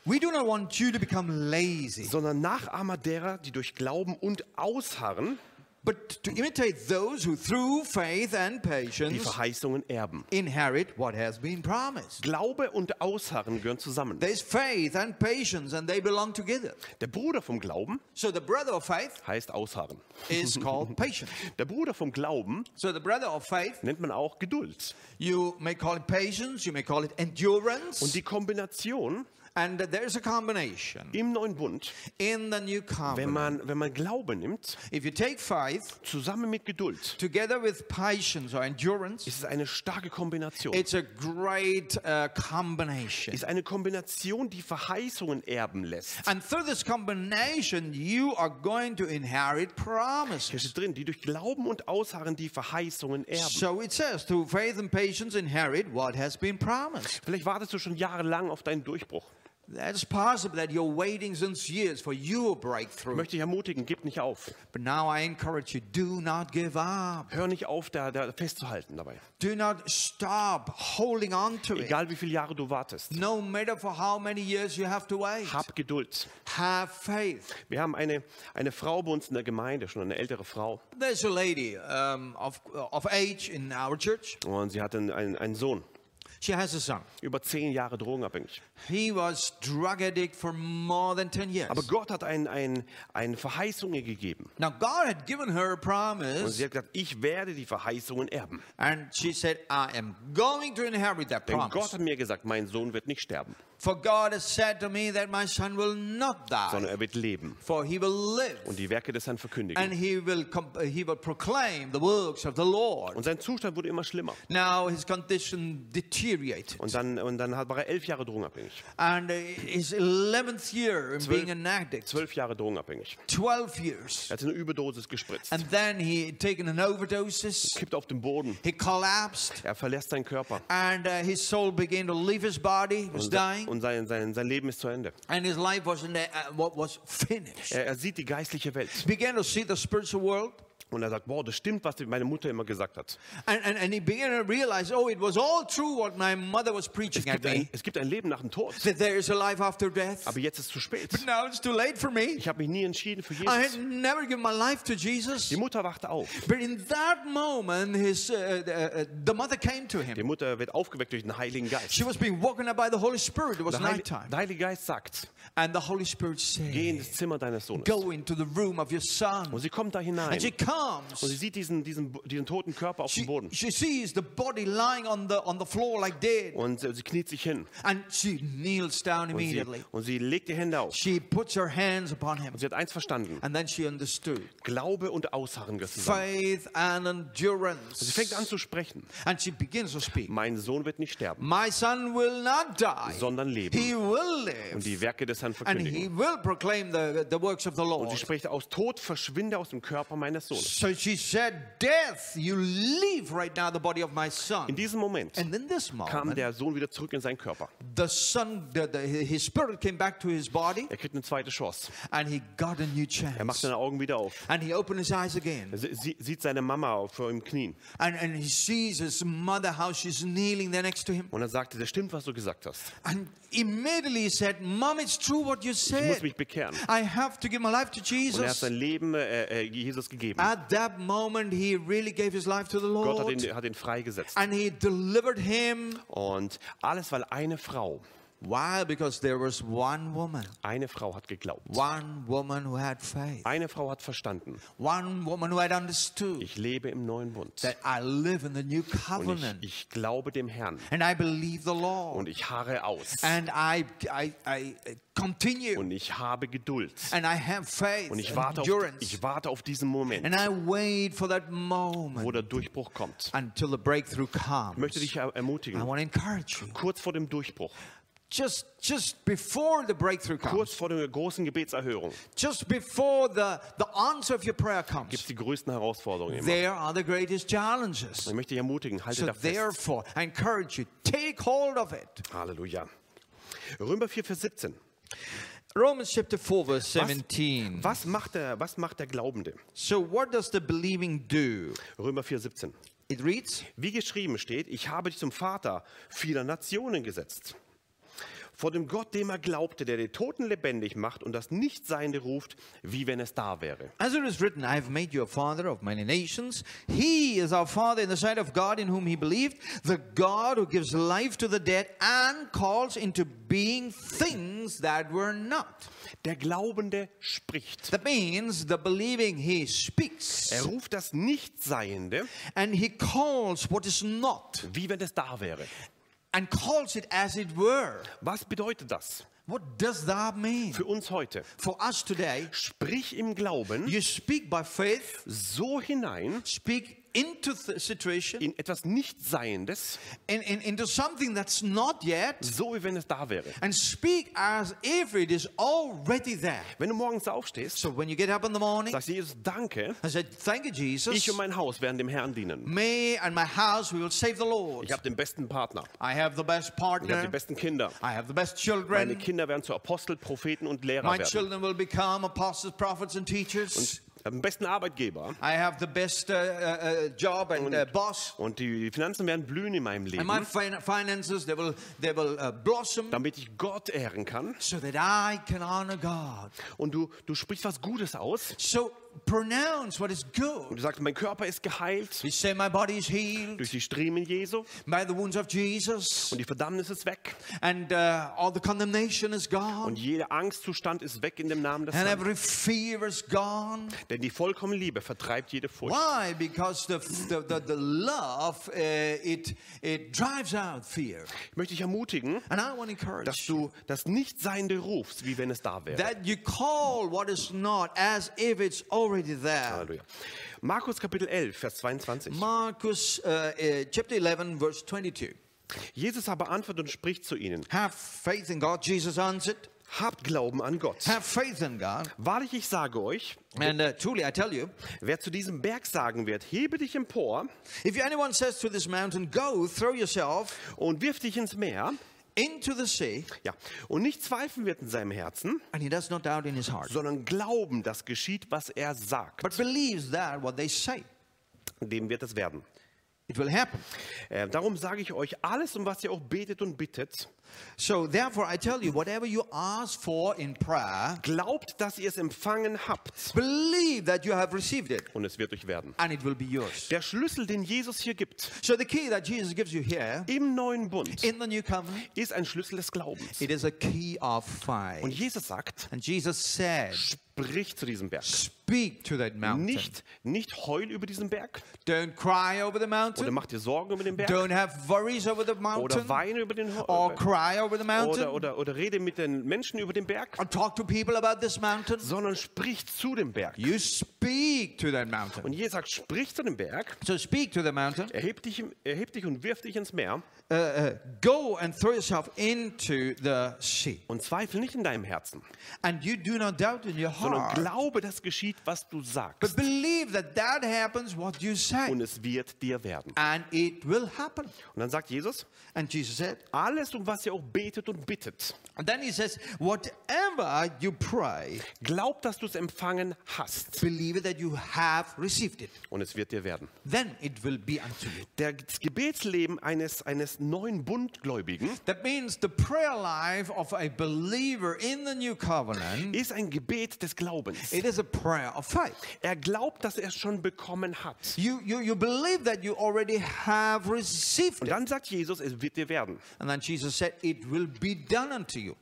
Speaker 2: We do not want you to become lazy,
Speaker 1: sondern Nachahmer derer, die durch Glauben und Ausharren
Speaker 2: but to imitate those who, through faith and
Speaker 1: die
Speaker 2: patience,
Speaker 1: Verheißungen erben.
Speaker 2: inherit what has been promised.
Speaker 1: Glaube und Ausharren gehören zusammen.
Speaker 2: There's faith and patience, and they belong together.
Speaker 1: Der Bruder vom Glauben
Speaker 2: So the brother of faith
Speaker 1: heißt Ausharren.
Speaker 2: is called patience.
Speaker 1: Der Bruder vom Glauben
Speaker 2: So the brother of faith,
Speaker 1: nennt man auch Geduld.
Speaker 2: you may call it patience, you may call it endurance,
Speaker 1: Und die Kombination
Speaker 2: And there's a combination
Speaker 1: im neuen Bund,
Speaker 2: in the new
Speaker 1: wenn
Speaker 2: covenant.
Speaker 1: man, wenn man Glaube nimmt,
Speaker 2: If you take faith
Speaker 1: zusammen mit Geduld,
Speaker 2: together with patience or endurance,
Speaker 1: ist es eine starke Kombination.
Speaker 2: it's a great uh, combination.
Speaker 1: ist eine Kombination, die Verheißungen erben lässt.
Speaker 2: And through this combination, you are going to inherit
Speaker 1: Hier
Speaker 2: promises.
Speaker 1: steht drin, die durch Glauben und Ausharren die Verheißungen erben.
Speaker 2: So it says, through faith and patience, inherit what has been promised.
Speaker 1: Vielleicht wartest du schon jahrelang auf deinen Durchbruch.
Speaker 2: That's possible that you're waiting since years for your
Speaker 1: Ich
Speaker 2: breakthrough.
Speaker 1: möchte dich ermutigen, gib nicht auf.
Speaker 2: But now I encourage you do not give up.
Speaker 1: Hör nicht auf, da, da festzuhalten dabei.
Speaker 2: Do not stop holding on to it.
Speaker 1: Egal wie viele Jahre du wartest,
Speaker 2: No matter for how many years you have to wait,
Speaker 1: hab Geduld.
Speaker 2: have faith.
Speaker 1: Wir haben eine, eine Frau bei uns in der Gemeinde, schon eine ältere Frau,
Speaker 2: There's a lady um, of, of age in our church.
Speaker 1: und sie hatte einen, einen, einen Sohn,
Speaker 2: She has a son.
Speaker 1: über zehn Jahre drogenabhängig.
Speaker 2: He was drug addict for more than 10 years.
Speaker 1: Aber Gott hat ein, ein, eine Verheißung ihr gegeben.
Speaker 2: Now God had given her a
Speaker 1: Und
Speaker 2: promise
Speaker 1: sie hat gesagt, ich werde die Verheißungen erben.
Speaker 2: and she said, I am going to inherit that
Speaker 1: Denn
Speaker 2: promise.
Speaker 1: Gott hat mir gesagt, mein Sohn wird nicht sterben,
Speaker 2: For God has said to me that my son will not die,
Speaker 1: sondern er wird leben
Speaker 2: for he will live
Speaker 1: und die Werke des Herrn verkündigen.
Speaker 2: and he will, com- he will proclaim the works of the Lord.
Speaker 1: Und sein Zustand wurde immer schlimmer.
Speaker 2: Now his condition deteriorated.
Speaker 1: Und dann, und dann hat- war er elf Jahre drogenabhängig.
Speaker 2: And uh, his 11th year in being an addict,
Speaker 1: Zwölf Jahre drogenabhängig.
Speaker 2: 12 years.
Speaker 1: Er hat eine Überdosis gespritzt.
Speaker 2: And then he had taken an overdosis,
Speaker 1: Kippt auf den Boden.
Speaker 2: he collapsed,
Speaker 1: Er verlässt seinen Körper.
Speaker 2: and uh, his soul began to leave his body, he was
Speaker 1: Und, se-
Speaker 2: dying,
Speaker 1: und sein, sein, sein Leben ist zu Ende.
Speaker 2: and his life was, in the, uh, what was finished.
Speaker 1: Er, er sieht die geistliche Welt.
Speaker 2: Began to see the spiritual world,
Speaker 1: Und er sagt, boah, das stimmt, was die- meine Mutter immer gesagt hat.
Speaker 2: and, and, and he began to realize, oh, it was all true what my mother was preaching
Speaker 1: Es
Speaker 2: at
Speaker 1: gibt, ein,
Speaker 2: me,
Speaker 1: es gibt ein Leben nach dem Tod.
Speaker 2: that there is a life after death.
Speaker 1: Aber jetzt ist es zu spät.
Speaker 2: But now it's too late for me.
Speaker 1: Ich habe mich nie entschieden für
Speaker 2: I had
Speaker 1: Jesus.
Speaker 2: never given my life to Jesus.
Speaker 1: Die Mutter wachte auf.
Speaker 2: But in that moment, his, uh, uh, uh, the mother came to
Speaker 1: Die
Speaker 2: him.
Speaker 1: Mutter wird aufgeweckt durch den Heiligen Geist.
Speaker 2: She was being woken up by the Holy Spirit. It was
Speaker 1: Der Heilige,
Speaker 2: nighttime.
Speaker 1: der Heilige Geist sagt,
Speaker 2: And the Holy Spirit
Speaker 1: geh
Speaker 2: said,
Speaker 1: in das Zimmer deines Sohnes.
Speaker 2: Go into the room of your
Speaker 1: Und
Speaker 2: son.
Speaker 1: sie kommt da hinein.
Speaker 2: And she
Speaker 1: Und sie
Speaker 2: comes.
Speaker 1: sieht diesen, diesen, diesen toten Körper auf dem
Speaker 2: She,
Speaker 1: Boden.
Speaker 2: she sees the body lying on the, on the floor like dead.
Speaker 1: Und äh, sie kniet sich hin.
Speaker 2: And she kneels down
Speaker 1: Und sie,
Speaker 2: immediately.
Speaker 1: und sie legt die Hände auf.
Speaker 2: She puts her hands upon him.
Speaker 1: Und sie hat eins verstanden.
Speaker 2: And then she understood
Speaker 1: Glaube und Ausharren gehört zusammen.
Speaker 2: faith and
Speaker 1: Sie
Speaker 2: endurance.
Speaker 1: fängt an zu sprechen.
Speaker 2: And she begins to speak.
Speaker 1: Mein Sohn wird nicht sterben,
Speaker 2: My son will not die,
Speaker 1: sondern leben
Speaker 2: he will live.
Speaker 1: und die Werke des Herrn
Speaker 2: And he
Speaker 1: verkündigen.
Speaker 2: will proclaim the, the works of the
Speaker 1: Und sie
Speaker 2: Lord.
Speaker 1: spricht aus, Tod verschwinde aus dem Körper meines Sohnes.
Speaker 2: So she said, Death, you leave right now the body of my
Speaker 1: In
Speaker 2: son.
Speaker 1: diesem Moment
Speaker 2: And in this
Speaker 1: kam
Speaker 2: moment,
Speaker 1: der Sohn wieder zurück in seinen Körper.
Speaker 2: the son, the, the, his spirit came back to his body
Speaker 1: Er kriegt eine zweite Chance.
Speaker 2: and he got a new
Speaker 1: Er macht
Speaker 2: chance.
Speaker 1: seine Augen wieder auf.
Speaker 2: And he opened his eyes
Speaker 1: Er
Speaker 2: again
Speaker 1: sie- sie- sieht seine Mama vor ihm knien.
Speaker 2: and, and he sees his mother, how she's kneeling there next to him.
Speaker 1: Und er sagte, das stimmt, was du gesagt hast.
Speaker 2: And immediately he said, Mom, it's true what you
Speaker 1: Ich muss
Speaker 2: said.
Speaker 1: mich bekehren.
Speaker 2: I have to give my life to
Speaker 1: Und er hat
Speaker 2: Jesus.
Speaker 1: sein Leben äh, äh, Jesus gegeben.
Speaker 2: At that moment, he really gave his life to the
Speaker 1: Gott hat
Speaker 2: Lord
Speaker 1: ihn, hat ihn freigesetzt.
Speaker 2: and he delivered him
Speaker 1: Und alles, weil eine Frau,
Speaker 2: Why? Because there was one woman,
Speaker 1: eine Frau hat geglaubt.
Speaker 2: one woman who had faith,
Speaker 1: Eine Frau hat verstanden,
Speaker 2: one woman who had understood
Speaker 1: ich lebe im neuen Bund.
Speaker 2: that I live in the new
Speaker 1: Und
Speaker 2: covenant
Speaker 1: ich, ich glaube dem Herrn
Speaker 2: and I believe the Lord
Speaker 1: und ich harre aus
Speaker 2: and I, I, I continue
Speaker 1: und ich habe Geduld
Speaker 2: and I have faith
Speaker 1: und ich
Speaker 2: and
Speaker 1: warte auf,
Speaker 2: endurance
Speaker 1: ich warte auf diesen Moment,
Speaker 2: and I wait for that
Speaker 1: wo
Speaker 2: moment
Speaker 1: der Durchbruch kommt.
Speaker 2: until the breakthrough
Speaker 1: Ich möchte
Speaker 2: comes.
Speaker 1: dich er-
Speaker 2: I
Speaker 1: ermutigen,
Speaker 2: want to encourage you.
Speaker 1: kurz vor dem Durchbruch,
Speaker 2: Just, just before the breakthrough comes,
Speaker 1: kurz vor der großen Gebetserhörung,
Speaker 2: just before the, the answer of your prayer
Speaker 1: gibt es
Speaker 2: comes,
Speaker 1: die größten Herausforderungen immer.
Speaker 2: there are the greatest challenges.
Speaker 1: Ich möchte dich ermutigen, halte
Speaker 2: So
Speaker 1: da fest.
Speaker 2: therefore, I encourage you, take hold of it.
Speaker 1: Halleluja. Römer 4, Vers 17.
Speaker 2: Romans chapter 4, verse
Speaker 1: Was,
Speaker 2: 17.
Speaker 1: was, macht der, was macht der Glaubende?
Speaker 2: So what does the believing do?
Speaker 1: Römer 4, 17.
Speaker 2: It reads,
Speaker 1: Wie geschrieben steht, ich habe dich zum Vater vieler Nationen gesetzt. Vor dem Gott, dem er glaubte, der die Toten lebendig macht und das Nichtseiende ruft, wie wenn es da wäre.
Speaker 2: As it is written, I have made you a father of many nations. He is our father in the sight of God in whom he believed, the God who gives life to the dead and calls into being things that were not.
Speaker 1: Der Glaubende spricht.
Speaker 2: That means the believing, he speaks
Speaker 1: Er ruft das Nichtseiende,
Speaker 2: and he calls what is not
Speaker 1: wie wenn es da wäre.
Speaker 2: and calls it as it were.
Speaker 1: Was bedeutet das?
Speaker 2: What does that mean?
Speaker 1: Für uns heute.
Speaker 2: For us today,
Speaker 1: Sprich im Glauben
Speaker 2: you speak by faith,
Speaker 1: so hinein
Speaker 2: speak into the situation,
Speaker 1: in etwas Nichtseiendes,
Speaker 2: in, in, into something that's not yet,
Speaker 1: so wie wenn es da wäre.
Speaker 2: and speak as if it is already there.
Speaker 1: Wenn du morgens aufstehst,
Speaker 2: So when you get up in the morning,
Speaker 1: sagst du Jesus, danke,
Speaker 2: I said, Thank you, Jesus.
Speaker 1: ich und mein Haus werden dem Herrn dienen.
Speaker 2: Me and my house, we will save the Lord.
Speaker 1: Ich habe den besten Partner.
Speaker 2: I have the best
Speaker 1: Ich habe die
Speaker 2: partner.
Speaker 1: besten Kinder.
Speaker 2: I have the best
Speaker 1: Meine
Speaker 2: children.
Speaker 1: Kinder werden zu Apostel, Propheten und Lehrer
Speaker 2: My
Speaker 1: werden.
Speaker 2: children will become apostles, prophets, and teachers.
Speaker 1: Ich habe den besten Arbeitgeber.
Speaker 2: I have the best uh, uh, uh, job and uh, boss.
Speaker 1: Und die Finanzen werden blühen in meinem
Speaker 2: And my
Speaker 1: Leben,
Speaker 2: fin- finances, they will, they will uh, blossom
Speaker 1: damit ich Gott ehren kann.
Speaker 2: so that I can honor God.
Speaker 1: Und du, du sprichst was Gutes aus.
Speaker 2: So pronounce what is
Speaker 1: Und
Speaker 2: good.
Speaker 1: du sagst, mein Körper ist geheilt
Speaker 2: You say, My body is healed
Speaker 1: durch die Striemen Jesu.
Speaker 2: by the wounds of Jesus,
Speaker 1: Und die Verdammnis ist weg.
Speaker 2: and uh, all the condemnation is
Speaker 1: Und
Speaker 2: gone,
Speaker 1: jeder Angstzustand ist weg in dem Namen des
Speaker 2: and
Speaker 1: Herrn.
Speaker 2: every fear is gone.
Speaker 1: Denn die vollkommene Liebe vertreibt jede Furcht.
Speaker 2: Why? Because the, the, the, the love, uh, it, it drives out fear.
Speaker 1: Ich möchte dich ermutigen,
Speaker 2: And I want to
Speaker 1: dass
Speaker 2: encourage you
Speaker 1: du das Nichtseiende rufst, wie wenn es da wäre.
Speaker 2: that you call what is not as if it's already there.
Speaker 1: Halleluja. Markus Kapitel 11, Vers 22.
Speaker 2: Marcus uh, uh, chapter 11, verse 22.
Speaker 1: Jesus aber antwortet und spricht zu ihnen:
Speaker 2: Have faith in God, Jesus answered.
Speaker 1: Habt Glauben an Gott.
Speaker 2: Have faith in God.
Speaker 1: Wahrlich, ich sage euch,
Speaker 2: And uh, truly, I tell you,
Speaker 1: wer zu diesem Berg sagen wird, hebe dich empor
Speaker 2: if anyone says to this mountain, Go, throw yourself
Speaker 1: und wirf dich ins Meer,
Speaker 2: into the sea,
Speaker 1: ja, und nicht zweifeln wird in seinem Herzen,
Speaker 2: and he does not doubt in his heart,
Speaker 1: sondern glauben, dass geschieht, was er sagt,
Speaker 2: but believes that what they say,
Speaker 1: dem wird es werden.
Speaker 2: it will happen.
Speaker 1: Äh, darum sage ich euch, alles, um was ihr auch betet und bittet,
Speaker 2: So, therefore, I tell you, whatever you ask for in prayer,
Speaker 1: glaubt, dass ihr es empfangen habt
Speaker 2: believe that you have received it,
Speaker 1: und es wird euch werden.
Speaker 2: and it will be yours.
Speaker 1: Der Schlüssel, den Jesus hier gibt,
Speaker 2: So, the key that Jesus gives you here
Speaker 1: im neuen Bund,
Speaker 2: in the new covenant,
Speaker 1: ist ein Schlüssel des Glaubens.
Speaker 2: it is a key of
Speaker 1: Und
Speaker 2: faith.
Speaker 1: Jesus sagt,
Speaker 2: And Jesus said,
Speaker 1: sprich zu diesem Berg.
Speaker 2: Speak to that mountain.
Speaker 1: Nicht, nicht heul über diesen Berg
Speaker 2: Don't cry over the
Speaker 1: oder
Speaker 2: mountain.
Speaker 1: mach dir Sorgen über den Berg
Speaker 2: Don't have worries over the
Speaker 1: oder
Speaker 2: mountain.
Speaker 1: weine über den
Speaker 2: Or
Speaker 1: Ho-
Speaker 2: cry over the mountain.
Speaker 1: oder, oder, oder rede mit den Menschen über den Berg,
Speaker 2: Or talk to people about this mountain.
Speaker 1: sondern sprich zu dem Berg.
Speaker 2: You speak to that mountain.
Speaker 1: Und Jesus sagt, sprich zu dem Berg,
Speaker 2: So speak to the mountain.
Speaker 1: erheb dich, im- erheb dich und wirf dich ins Meer
Speaker 2: Uh, uh, go and throw yourself into the sea.
Speaker 1: und zweifle nicht in deinem Herzen,
Speaker 2: And you do not doubt in your
Speaker 1: sondern
Speaker 2: heart.
Speaker 1: glaube, dass geschieht, was du
Speaker 2: But
Speaker 1: sagst
Speaker 2: believe that that happens what you say.
Speaker 1: und es wird dir werden.
Speaker 2: And it will happen.
Speaker 1: Und dann sagt Jesus,
Speaker 2: And Jesus said,
Speaker 1: alles, um was ihr auch betet und bittet,
Speaker 2: and then he says, whatever you pray,
Speaker 1: glaub, dass du es empfangen hast
Speaker 2: believe that you have received it.
Speaker 1: und es wird dir werden.
Speaker 2: Then it will be unto you.
Speaker 1: Der, das Gebetsleben eines, eines neuen Bundgläubigen
Speaker 2: That means the prayer life of a believer in the new covenant,
Speaker 1: ist ein Gebet des Glaubens.
Speaker 2: it is a prayer of faith.
Speaker 1: Er glaubt, dass er es schon bekommen hat.
Speaker 2: You, you, you believe that you already have received
Speaker 1: Und
Speaker 2: it.
Speaker 1: dann sagt Jesus, es wird dir werden.
Speaker 2: And then Jesus said, It will be done unto you.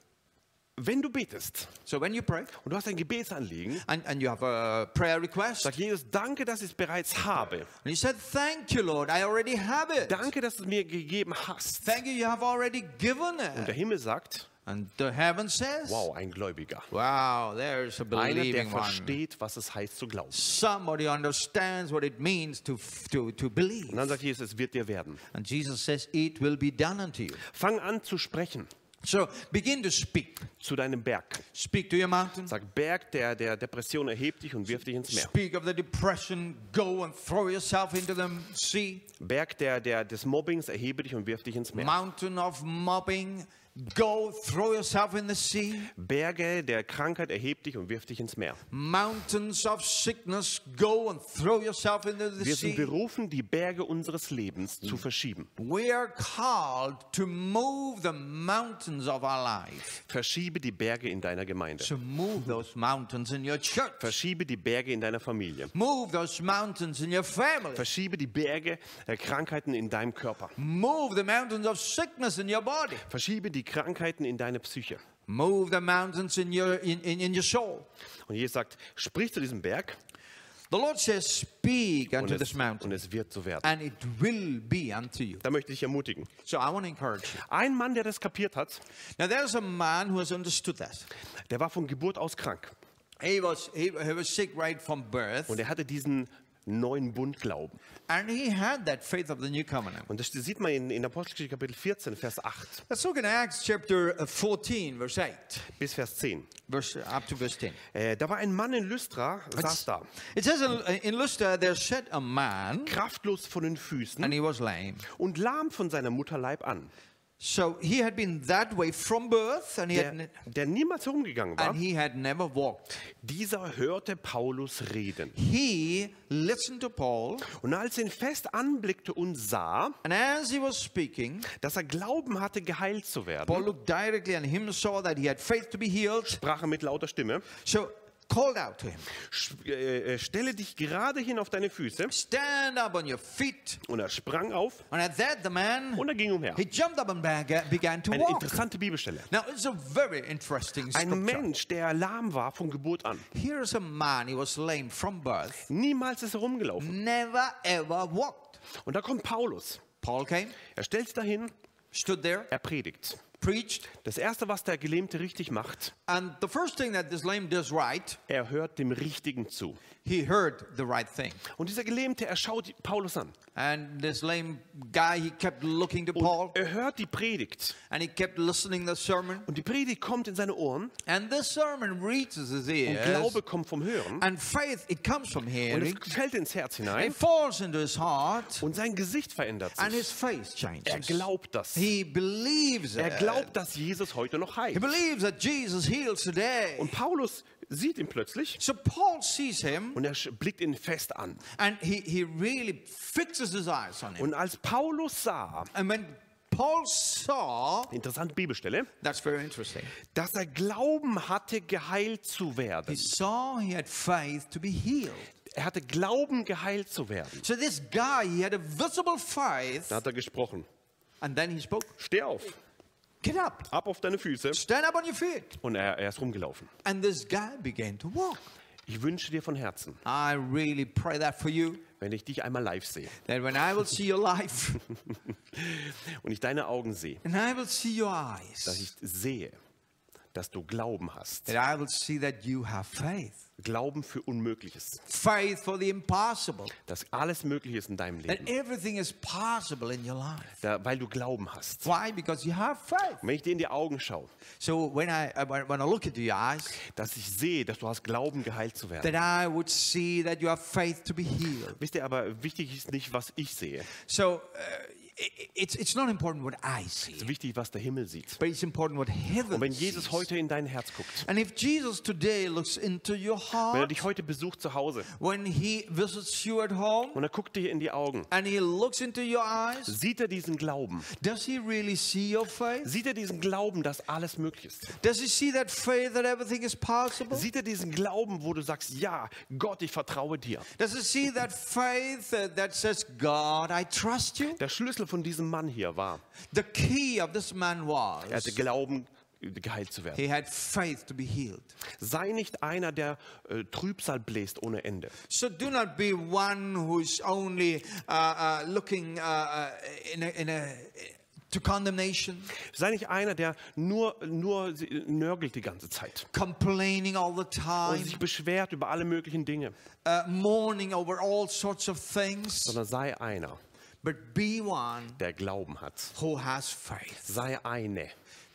Speaker 1: Wenn du betest
Speaker 2: So when you pray
Speaker 1: und du hast ein Gebetsanliegen,
Speaker 2: and, and you have a prayer request,
Speaker 1: sagt Jesus, danke, dass ich es bereits habe.
Speaker 2: and you said, Thank you, Lord, I already have it.
Speaker 1: Danke, dass du es mir gegeben hast.
Speaker 2: Thank you, you have already given
Speaker 1: Und
Speaker 2: it.
Speaker 1: der Himmel sagt,
Speaker 2: And the heaven says,
Speaker 1: wow, ein Gläubiger.
Speaker 2: Wow, there's a
Speaker 1: Einer, der
Speaker 2: believing one.
Speaker 1: versteht, was es heißt zu glauben.
Speaker 2: Somebody understands what it means to, f- to, to believe.
Speaker 1: Und dann sagt Jesus, es wird dir werden.
Speaker 2: And Jesus says, It will be done unto you.
Speaker 1: Fang an zu sprechen
Speaker 2: So begin to speak.
Speaker 1: zu deinem Berg.
Speaker 2: Speak to your mountain.
Speaker 1: Sag, Berg der, der Depression, erheb dich und wirf dich ins Meer.
Speaker 2: Speak of the depression. Go and throw yourself into the sea.
Speaker 1: Berg der, der, des Mobbings, erhebe dich und wirf dich ins Meer.
Speaker 2: Mountain of mobbing. Go throw yourself in the sea.
Speaker 1: Berge der Krankheit, erheb dich und wirf dich ins Meer.
Speaker 2: Mountains of sickness. Go and throw yourself into the
Speaker 1: Wir sind
Speaker 2: sea.
Speaker 1: berufen, die Berge unseres Lebens
Speaker 2: Mhm.
Speaker 1: zu verschieben.
Speaker 2: We are called to move the mountains of our life.
Speaker 1: Verschiebe die Berge in deiner Gemeinde.
Speaker 2: To move those mountains in your church.
Speaker 1: Verschiebe die Berge in deiner Familie.
Speaker 2: Move those mountains in your family.
Speaker 1: Verschiebe die Berge der Krankheiten in deinem Körper.
Speaker 2: Move the mountains of sickness in your body.
Speaker 1: Verschiebe die Krankheiten in deine Psyche.
Speaker 2: Move the mountains in your in, in, in your soul.
Speaker 1: Und Jesus sagt, sprich zu diesem Berg,
Speaker 2: The Lord says, Speak
Speaker 1: Und
Speaker 2: unto
Speaker 1: es,
Speaker 2: this mountain,
Speaker 1: und es wird so werden.
Speaker 2: and it will be unto you.
Speaker 1: Da möchte ich dich ermutigen.
Speaker 2: So I want to encourage you.
Speaker 1: Ein Mann, der das kapiert hat,
Speaker 2: Now, there's a man who has understood that.
Speaker 1: der war von Geburt aus krank.
Speaker 2: He was, he, he was sick right from birth,
Speaker 1: Und er hatte diesen neuen Bund Glauben.
Speaker 2: and he had that faith of the new covenant.
Speaker 1: Und das sieht man in, in Apostelgeschichte Kapitel 14, Vers 8
Speaker 2: Let's look in Acts chapter uh, 14, verse 8,
Speaker 1: bis Vers 10.
Speaker 2: verse, up to verse 10.
Speaker 1: Äh, da war ein Mann in Lystra, saß da,
Speaker 2: It says in, in Lystra, there sat a man,
Speaker 1: kraftlos von den Füßen
Speaker 2: and he was lame.
Speaker 1: und lahm von seiner Mutterleib an,
Speaker 2: So he had been that way from birth, and he, had,
Speaker 1: der,
Speaker 2: ne-
Speaker 1: der niemals herumgegangen war.
Speaker 2: and he had never walked.
Speaker 1: Dieser hörte Paulus reden.
Speaker 2: He listened to Paul,
Speaker 1: Und als er ihn fest anblickte und sah,
Speaker 2: and as he was speaking,
Speaker 1: dass er Glauben hatte, geheilt zu
Speaker 2: Paul
Speaker 1: werden,
Speaker 2: looked directly at him, saw that he had faith to be healed,
Speaker 1: sprach er mit lauter Stimme,
Speaker 2: so called out to him,
Speaker 1: "Sch- äh, äh, stelle dich gerade hin auf deine Füße.
Speaker 2: Stand up on your feet.
Speaker 1: Und er sprang auf
Speaker 2: And at that, the man,
Speaker 1: und er ging umher.
Speaker 2: he jumped up and beg- began to
Speaker 1: Eine
Speaker 2: walk.
Speaker 1: interessante Bibelstelle.
Speaker 2: Now, it's a very interesting
Speaker 1: Ein
Speaker 2: scripture.
Speaker 1: Mensch, der lahm war von Geburt an.
Speaker 2: Here is a man, he was lame from birth,
Speaker 1: Niemals ist er rumgelaufen.
Speaker 2: never ever walked.
Speaker 1: Und da kommt Paulus.
Speaker 2: Paul came,
Speaker 1: Er stellt sich dahin,
Speaker 2: stood there,
Speaker 1: er predigt.
Speaker 2: preached,
Speaker 1: Das Erste, was der Gelähmte richtig macht,
Speaker 2: and the first thing that this lame does right,
Speaker 1: er hört dem Richtigen zu.
Speaker 2: he heard the right thing.
Speaker 1: Und dieser Gelähmte, er schaut Paulus an.
Speaker 2: And this lame guy, he kept looking to Paul,
Speaker 1: Er hört die Predigt.
Speaker 2: and he kept listening to the sermon.
Speaker 1: Und die Predigt kommt in seine Ohren.
Speaker 2: And this sermon reaches his
Speaker 1: Und
Speaker 2: ears,
Speaker 1: Glaube kommt vom Hören.
Speaker 2: and faith, it comes from
Speaker 1: Und
Speaker 2: hearing.
Speaker 1: es fällt ins Herz
Speaker 2: It
Speaker 1: hinein.
Speaker 2: falls into his heart,
Speaker 1: Und sein Gesicht verändert
Speaker 2: and
Speaker 1: sich.
Speaker 2: his face
Speaker 1: Er
Speaker 2: changes.
Speaker 1: glaubt das.
Speaker 2: He believes
Speaker 1: Er
Speaker 2: it.
Speaker 1: glaubt, dass Jesus heute noch
Speaker 2: He
Speaker 1: heilt.
Speaker 2: believes that Jesus heals today.
Speaker 1: Und Paulus sieht ihn plötzlich
Speaker 2: So Paul sees him
Speaker 1: und er sch- blickt ihn fest an.
Speaker 2: and he, he really fixes his eyes on him.
Speaker 1: Und als Paulus sah,
Speaker 2: And when Paul saw,
Speaker 1: interessante Bibelstelle,
Speaker 2: that's very interesting.
Speaker 1: dass er Glauben hatte, geheilt zu
Speaker 2: He
Speaker 1: werden.
Speaker 2: saw he had faith to be healed.
Speaker 1: Er hatte Glauben, geheilt zu werden.
Speaker 2: So this guy, he had a visible faith.
Speaker 1: Da hat er gesprochen.
Speaker 2: And then he spoke,
Speaker 1: Steh auf,
Speaker 2: Get up,
Speaker 1: ab auf deine Füße.
Speaker 2: stand up on your feet.
Speaker 1: Und er, er ist rumgelaufen.
Speaker 2: And this guy began to walk.
Speaker 1: Ich wünsche dir von Herzen,
Speaker 2: I really pray that for you,
Speaker 1: wenn ich dich einmal live sehe
Speaker 2: that when I will see your life
Speaker 1: und ich deine Augen sehe,
Speaker 2: and I will see your
Speaker 1: dass
Speaker 2: eyes,
Speaker 1: ich sehe, dass du Glauben hast.
Speaker 2: that I will see that you have faith.
Speaker 1: Glauben für Unmögliches.
Speaker 2: faith for the impossible.
Speaker 1: Dass alles möglich ist in deinem
Speaker 2: That
Speaker 1: Leben,
Speaker 2: everything is possible in your life.
Speaker 1: da, weil du Glauben hast.
Speaker 2: Why? Because you have faith.
Speaker 1: Und wenn ich dir in die Augen schaue,
Speaker 2: So when I uh, when when I look into your eyes,
Speaker 1: dass ich sehe, dass du hast Glauben, geheilt zu werden.
Speaker 2: that I would see that you have faith to be healed.
Speaker 1: Wisst ihr aber, wichtig ist nicht, was ich sehe.
Speaker 2: So uh, i- i- it's it's not important what I see,
Speaker 1: Es ist wichtig, was der Himmel sieht.
Speaker 2: but it's important what
Speaker 1: Und
Speaker 2: heaven
Speaker 1: wenn
Speaker 2: sees.
Speaker 1: Jesus heute in dein Herz guckt,
Speaker 2: And if Jesus today looks into your
Speaker 1: wenn er
Speaker 2: heart,
Speaker 1: dich heute besucht zu Hause
Speaker 2: when he visits you at home,
Speaker 1: und er guckt dir in die Augen,
Speaker 2: and he looks into your eyes,
Speaker 1: sieht er diesen Glauben?
Speaker 2: does he really see your faith?
Speaker 1: Sieht er diesen Glauben, dass alles möglich ist?
Speaker 2: Does he see that faith that everything is possible?
Speaker 1: Sieht er diesen Glauben, wo du sagst, ja, Gott, ich vertraue dir?
Speaker 2: Does it see that faith uh, that says, God, I trust you?
Speaker 1: Der Schlüssel von diesem Mann hier war,
Speaker 2: The key of this man
Speaker 1: er hatte
Speaker 2: was
Speaker 1: Glauben, geheilt zu werden.
Speaker 2: he had faith to be healed.
Speaker 1: Sei nicht einer, der äh, Trübsal bläst ohne Ende.
Speaker 2: So do not be one who's only uh, uh, looking uh, uh, in a, in a, to condemnation,
Speaker 1: Sei nicht einer, der nur, nur äh, nörgelt die ganze Zeit
Speaker 2: complaining all the
Speaker 1: und
Speaker 2: time,
Speaker 1: sich beschwert über alle möglichen Dinge,
Speaker 2: uh, mourning over all sorts of things,
Speaker 1: sondern sei einer,
Speaker 2: but be one
Speaker 1: der Glauben hat.
Speaker 2: who has faith.
Speaker 1: Sei eine,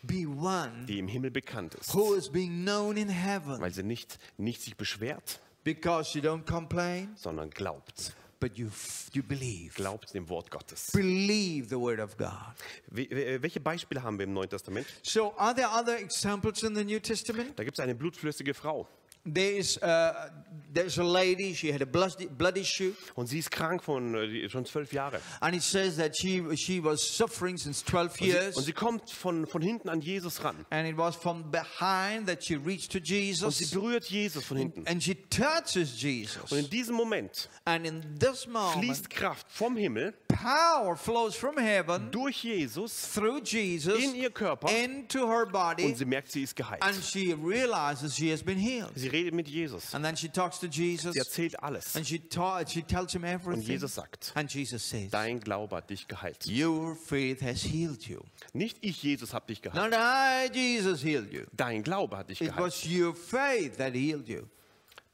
Speaker 2: Be one
Speaker 1: die im Himmel bekannt ist,
Speaker 2: who is being known in heaven
Speaker 1: weil sie nicht, nicht sich beschwert,
Speaker 2: because you don't complain,
Speaker 1: sondern glaubt.
Speaker 2: but you, f- you believe.
Speaker 1: Glaubt dem Wort Gottes.
Speaker 2: believe the word of God.
Speaker 1: Wie- wie- Welche Beispiele haben wir im Neuen Testament?
Speaker 2: So, are there other examples in the New Testament?
Speaker 1: Da gibt es eine blutflüssige Frau
Speaker 2: There is uh, there's a lady. She had a blood, blood issue,
Speaker 1: und sie ist krank von äh, die- schon zwölf Jahre.
Speaker 2: and it says that she she was suffering since 12
Speaker 1: Und sie, und
Speaker 2: years,
Speaker 1: sie kommt von, von hinten an Jesus ran
Speaker 2: and it was from behind that she reached to
Speaker 1: und sie
Speaker 2: Jesus,
Speaker 1: berührt Jesus von hinten.
Speaker 2: and she touches
Speaker 1: Und in
Speaker 2: Jesus,
Speaker 1: diesem Moment
Speaker 2: and in this moment,
Speaker 1: fließt Kraft vom Himmel
Speaker 2: power flows from heaven
Speaker 1: durch Jesus
Speaker 2: through Jesus
Speaker 1: in ihr Körper
Speaker 2: into her
Speaker 1: und
Speaker 2: body,
Speaker 1: sie merkt, sie ist geheilt.
Speaker 2: and she realizes she has been healed.
Speaker 1: Sie redet mit Jesus.
Speaker 2: And then she talks to Jesus
Speaker 1: Sie erzählt alles.
Speaker 2: and she ta- she tells him
Speaker 1: Und
Speaker 2: everything.
Speaker 1: Jesus sagt,
Speaker 2: And Jesus says,
Speaker 1: dein Glaube hat dich geheilt.
Speaker 2: Your faith has healed you.
Speaker 1: Nicht ich, Jesus, habe dich geheilt.
Speaker 2: Not I, Jesus, healed you.
Speaker 1: Dein Glaube hat dich
Speaker 2: It
Speaker 1: geheilt.
Speaker 2: was your faith that healed you.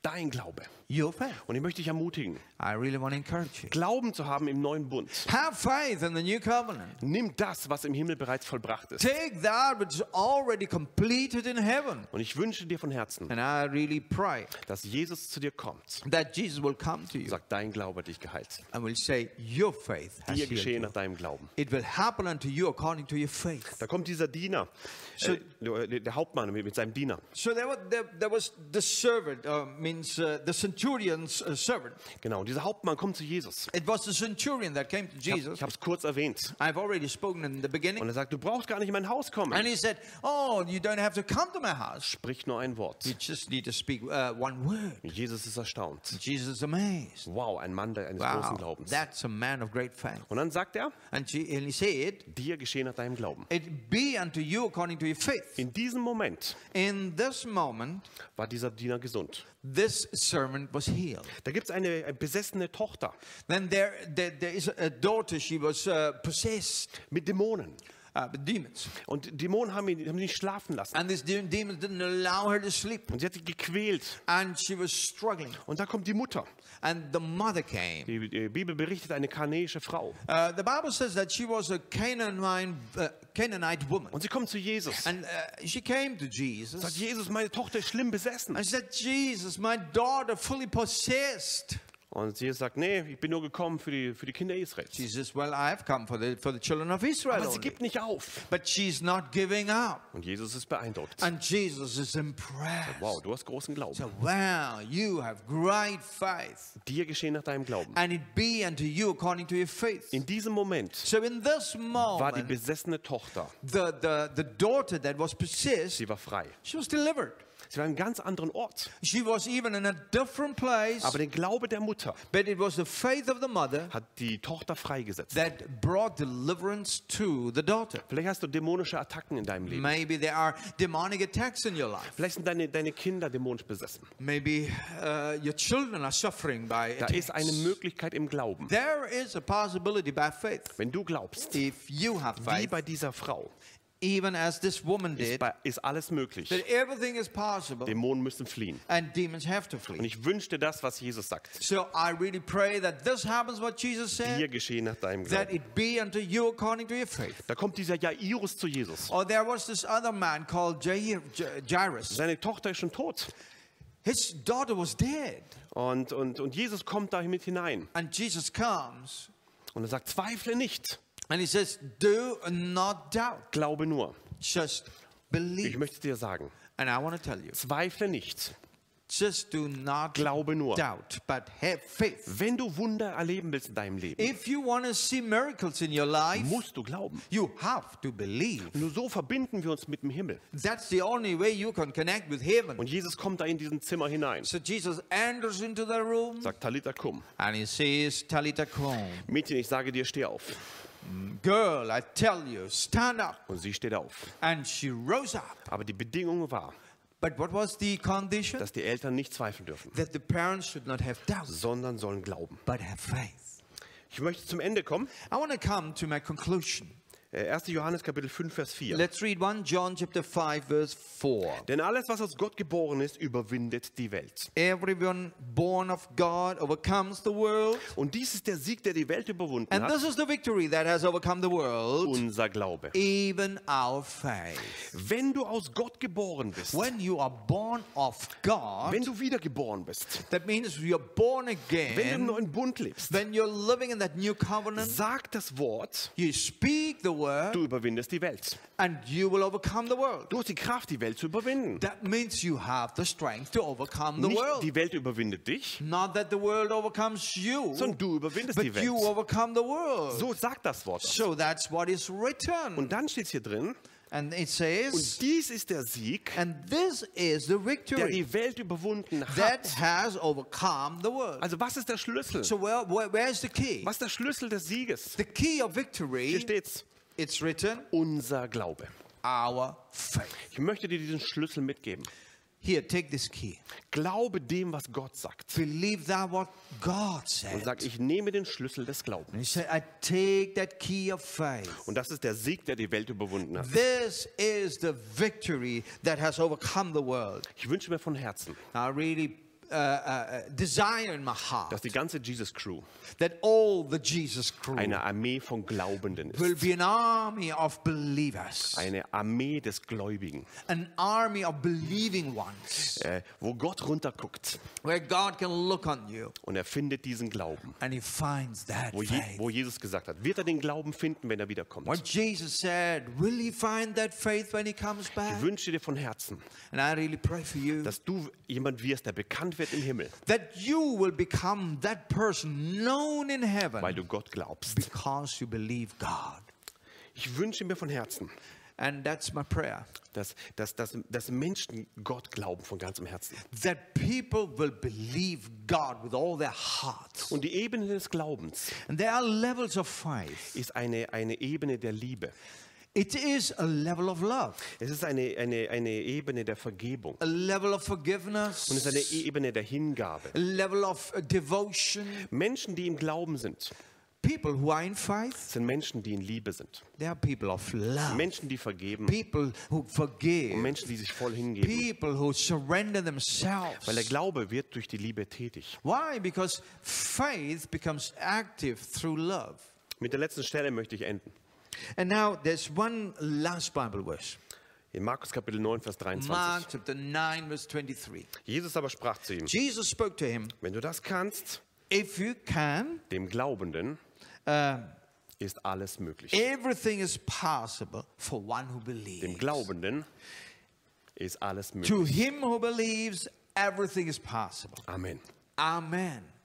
Speaker 1: Dein Glaube.
Speaker 2: Your faith.
Speaker 1: Und ich möchte dich ermutigen,
Speaker 2: I really want to encourage you.
Speaker 1: Glauben zu haben im neuen Bund.
Speaker 2: Have faith in the new covenant.
Speaker 1: Nimm das, was im Himmel bereits vollbracht ist.
Speaker 2: Take that which is already completed in heaven.
Speaker 1: Und ich wünsche dir von Herzen,
Speaker 2: And I really pray
Speaker 1: dass Jesus zu dir kommt
Speaker 2: that Jesus will come to
Speaker 1: und
Speaker 2: you
Speaker 1: sagt, dein Glaube hat dich geheilt.
Speaker 2: and will say, Your faith has
Speaker 1: Dir
Speaker 2: healed
Speaker 1: geschehe
Speaker 2: you.
Speaker 1: nach deinem Glauben.
Speaker 2: It will happen unto you according to your faith.
Speaker 1: Da kommt dieser Diener, äh, der, der Hauptmann mit, mit seinem Diener.
Speaker 2: So there was, there, there was the servant, uh, means uh, the centurion's uh, servant.
Speaker 1: Genau, und dieser Hauptmann kommt zu Jesus.
Speaker 2: It was the centurion that came to
Speaker 1: Ich
Speaker 2: Jesus.
Speaker 1: habe es kurz erwähnt.
Speaker 2: I've already spoken in the
Speaker 1: Und
Speaker 2: beginning.
Speaker 1: er sagt, du brauchst gar nicht in mein Haus kommen.
Speaker 2: And he said, Oh, you don't have to come to my house.
Speaker 1: Sprich nur ein Wort.
Speaker 2: You just need to speak uh, one word.
Speaker 1: Und Jesus ist erstaunt.
Speaker 2: Jesus is amazed.
Speaker 1: Wow, ein Mann der- eines großen
Speaker 2: Wow,
Speaker 1: Glaubens.
Speaker 2: that's a man of great faith.
Speaker 1: Und dann sagt er,
Speaker 2: And, she, and he said,
Speaker 1: dir geschehe nach deinem Glauben.
Speaker 2: It be unto you according to your faith.
Speaker 1: In diesem Moment
Speaker 2: In this moment,
Speaker 1: war dieser Diener gesund.
Speaker 2: this servant was healed.
Speaker 1: Da gibt es eine äh, besessene Tochter
Speaker 2: Then there, there, there is a daughter, she was uh, possessed
Speaker 1: mit Dämonen.
Speaker 2: uh, with demons.
Speaker 1: Und Dämonen haben ihn haben ihn nicht schlafen lassen.
Speaker 2: And these de- demons didn't allow her to sleep.
Speaker 1: Und sie hat sie gequält.
Speaker 2: And she was struggling.
Speaker 1: Und da kommt die Mutter.
Speaker 2: And the mother came.
Speaker 1: Die äh, Bibel berichtet eine kanäische Frau.
Speaker 2: Uh, the Bible says that she was a Canaanite, uh, Canaanite woman.
Speaker 1: Und sie kommt zu Jesus.
Speaker 2: And uh, she came to
Speaker 1: Sagt,
Speaker 2: Jesus
Speaker 1: Jesus, meine Tochter ist schlimm besessen.
Speaker 2: and said, Jesus, my daughter fully possessed.
Speaker 1: Und Jesus sagt, nee, ich bin nur gekommen für die, für die Kinder Israels.
Speaker 2: Jesus, well, I have come for the, for the children of Israel.
Speaker 1: Aber sie
Speaker 2: only."
Speaker 1: gibt nicht auf.
Speaker 2: But she's not giving up.
Speaker 1: Und Jesus ist beeindruckt.
Speaker 2: And Jesus is impressed.
Speaker 1: Wow, du hast großen Glauben.
Speaker 2: So, wow, you have great faith.
Speaker 1: Dir geschehe nach deinem Glauben.
Speaker 2: And it be unto you according to your faith.
Speaker 1: In diesem Moment
Speaker 2: So, in this
Speaker 1: war die
Speaker 2: moment,
Speaker 1: besessene Tochter,
Speaker 2: the, the, the daughter that was possessed,
Speaker 1: sie war frei.
Speaker 2: she was delivered.
Speaker 1: Sie war an einem ganz anderen Ort.
Speaker 2: She was even in a different place,
Speaker 1: Aber der Glaube der Mutter
Speaker 2: but it was the faith of the mother
Speaker 1: hat die Tochter freigesetzt.
Speaker 2: that brought deliverance to the daughter.
Speaker 1: Vielleicht hast du dämonische Attacken in deinem Leben.
Speaker 2: Maybe there are demonic attacks in your life.
Speaker 1: Vielleicht sind deine, deine Kinder dämonisch besessen.
Speaker 2: Maybe uh, your children are suffering by
Speaker 1: Da ist eine
Speaker 2: attacks.
Speaker 1: Möglichkeit im Glauben.
Speaker 2: There is a possibility by faith.
Speaker 1: Wenn du glaubst,
Speaker 2: If you have
Speaker 1: wie
Speaker 2: faith,
Speaker 1: bei dieser Frau,
Speaker 2: even as this woman
Speaker 1: ist,
Speaker 2: did,
Speaker 1: bei, ist alles möglich.
Speaker 2: that everything is possible
Speaker 1: Dämonen müssen fliehen.
Speaker 2: and demons have to
Speaker 1: Und
Speaker 2: flee.
Speaker 1: ich wünschte das, was Jesus sagt.
Speaker 2: So I really pray that this happens what Jesus
Speaker 1: Dir
Speaker 2: said,
Speaker 1: geschehe nach deinem
Speaker 2: that
Speaker 1: Glauben.
Speaker 2: it be unto you according to your faith.
Speaker 1: Da kommt dieser Jairus zu Jesus.
Speaker 2: Or there was this other man called Jair, J- Jairus.
Speaker 1: Seine Tochter ist schon tot.
Speaker 2: His daughter was dead.
Speaker 1: Und, und, und Jesus kommt da mit hinein.
Speaker 2: And Jesus comes
Speaker 1: Und er sagt, zweifle nicht,
Speaker 2: and he says, Do not doubt,
Speaker 1: glaube nur.
Speaker 2: just
Speaker 1: Ich
Speaker 2: believe.
Speaker 1: möchte dir sagen,
Speaker 2: And I want to tell you,
Speaker 1: zweifle nicht,
Speaker 2: just do not
Speaker 1: glaube nur.
Speaker 2: doubt, but have faith.
Speaker 1: Wenn du Wunder erleben willst in deinem Leben,
Speaker 2: If you want to see miracles in your life,
Speaker 1: musst du glauben.
Speaker 2: you have to believe.
Speaker 1: Nur so verbinden wir uns mit dem Himmel.
Speaker 2: That's the only way you can connect with heaven.
Speaker 1: Und Jesus kommt da in diesen Zimmer hinein,
Speaker 2: So Jesus enters into the room
Speaker 1: sagt Talitha Kum.
Speaker 2: and he says, Talita Kum,
Speaker 1: Mädchen, ich sage dir, steh auf.
Speaker 2: girl, I tell you, stand up.
Speaker 1: Und sie steht auf.
Speaker 2: And she rose up.
Speaker 1: Aber die Bedingung war,
Speaker 2: But what was the condition?
Speaker 1: dass die Eltern nicht zweifeln dürfen,
Speaker 2: That the parents should not have doubt,
Speaker 1: sondern sollen glauben.
Speaker 2: but have faith.
Speaker 1: Ich möchte zum Ende kommen.
Speaker 2: I want to come to my conclusion.
Speaker 1: Äh, 1. Johannes Kapitel 5, Vers 4.
Speaker 2: Let's read 1 John chapter 5 verse 4.
Speaker 1: Denn alles, was aus Gott geboren ist, überwindet die Welt.
Speaker 2: Everyone born of God overcomes the world.
Speaker 1: Und dies ist der Sieg, der die Welt überwunden
Speaker 2: And
Speaker 1: hat,
Speaker 2: this is the victory that has overcome the world,
Speaker 1: unser Glaube.
Speaker 2: even our faith.
Speaker 1: Wenn du aus Gott geboren bist,
Speaker 2: When you are born of God,
Speaker 1: wenn du wiedergeboren bist,
Speaker 2: that means you're born
Speaker 1: wenn du im
Speaker 2: again,
Speaker 1: neuen Bund lebst,
Speaker 2: when you're living in that new covenant,
Speaker 1: sag das Wort,
Speaker 2: you speak the word
Speaker 1: du überwindest die Welt.
Speaker 2: and you will overcome the world.
Speaker 1: Du hast die Kraft, die Welt zu überwinden.
Speaker 2: That means you have the strength to overcome the
Speaker 1: Nicht
Speaker 2: world.
Speaker 1: die Welt überwindet dich,
Speaker 2: Not that the world overcomes you,
Speaker 1: sondern du überwindest die
Speaker 2: but you
Speaker 1: Welt.
Speaker 2: overcome the world.
Speaker 1: So sagt das Wort.
Speaker 2: So that's what is written.
Speaker 1: Und dann steht es hier drin,
Speaker 2: And it
Speaker 1: und
Speaker 2: says,
Speaker 1: dies ist der Sieg,
Speaker 2: and this is the
Speaker 1: der
Speaker 2: victory.
Speaker 1: die Welt überwunden
Speaker 2: that
Speaker 1: hat.
Speaker 2: has overcome the world.
Speaker 1: Also was ist der Schlüssel?
Speaker 2: So where, where, where's the key?
Speaker 1: Was ist der Schlüssel des Sieges?
Speaker 2: The key of
Speaker 1: Hier
Speaker 2: victory,
Speaker 1: steht's.
Speaker 2: it's written,
Speaker 1: Unser Glaube.
Speaker 2: our faith.
Speaker 1: Ich möchte dir diesen Schlüssel mitgeben.
Speaker 2: Here, take this key.
Speaker 1: Glaube dem, was Gott sagt.
Speaker 2: Believe that what God
Speaker 1: Und
Speaker 2: said.
Speaker 1: sag, ich nehme den Schlüssel des Glaubens.
Speaker 2: And he said, I take that key of faith.
Speaker 1: Und das ist der Sieg, der die Welt überwunden hat.
Speaker 2: This is the victory that has overcome the world.
Speaker 1: Ich wünsche mir von Herzen,
Speaker 2: I really uh, uh, desire in my heart
Speaker 1: dass die ganze Jesus Crew
Speaker 2: that all the Jesus crew
Speaker 1: eine Armee von Glaubenden ist.
Speaker 2: will be an army of believers,
Speaker 1: Eine Armee des Gläubigen,
Speaker 2: an army of believing ones,
Speaker 1: äh, wo Gott runterguckt
Speaker 2: where God can look on you
Speaker 1: und er findet diesen Glauben.
Speaker 2: and He finds that
Speaker 1: Wo, Je
Speaker 2: faith.
Speaker 1: wo Jesus gesagt hat, wird er den Glauben finden, wenn er wiederkommt.
Speaker 2: What Jesus said, will He find that faith when He comes
Speaker 1: Ich
Speaker 2: back?
Speaker 1: wünsche dir von Herzen,
Speaker 2: And I really pray for you
Speaker 1: dass du jemand wirst, der bekannt wird im Himmel,
Speaker 2: that you will become that person known in
Speaker 1: weil
Speaker 2: heaven
Speaker 1: du Gott glaubst.
Speaker 2: because you believe God.
Speaker 1: Ich wünsche mir von Herzen,
Speaker 2: And that's my prayer.
Speaker 1: dass, dass, dass, dass Menschen Gott glauben von ganzem Herzen.
Speaker 2: That people will believe God with all their hearts.
Speaker 1: Und die Ebene des Glaubens
Speaker 2: And there are levels of faith.
Speaker 1: ist eine, eine Ebene der Liebe.
Speaker 2: It is a level of love,
Speaker 1: Es ist eine, eine, eine Ebene der Vergebung.
Speaker 2: a level of
Speaker 1: Und es ist eine
Speaker 2: forgiveness,
Speaker 1: Ebene der Hingabe.
Speaker 2: a level of uh, devotion.
Speaker 1: Menschen, die im Glauben sind,
Speaker 2: People who are in faith,
Speaker 1: sind Menschen, die in Liebe sind.
Speaker 2: they are people of love.
Speaker 1: Menschen, die vergeben.
Speaker 2: People who
Speaker 1: Und
Speaker 2: forgive.
Speaker 1: Menschen, die sich voll hingeben.
Speaker 2: People who surrender
Speaker 1: Weil der
Speaker 2: themselves.
Speaker 1: Glaube wird durch die Liebe tätig.
Speaker 2: Why? Because faith becomes active through love.
Speaker 1: Mit der letzten Stelle möchte ich enden.
Speaker 2: And now there's one last Bible verse.
Speaker 1: In Markus Kapitel 9, Vers 23.
Speaker 2: Mark chapter 9, verse 23.
Speaker 1: Jesus aber sprach zu ihm,
Speaker 2: Jesus spoke to him,
Speaker 1: wenn du das kannst,
Speaker 2: If you can,
Speaker 1: dem Glaubenden
Speaker 2: uh,
Speaker 1: ist alles möglich.
Speaker 2: everything is possible for one who believes.
Speaker 1: Dem Glaubenden ist alles möglich.
Speaker 2: To him who believes, everything is possible.
Speaker 1: Amen.
Speaker 2: Amen.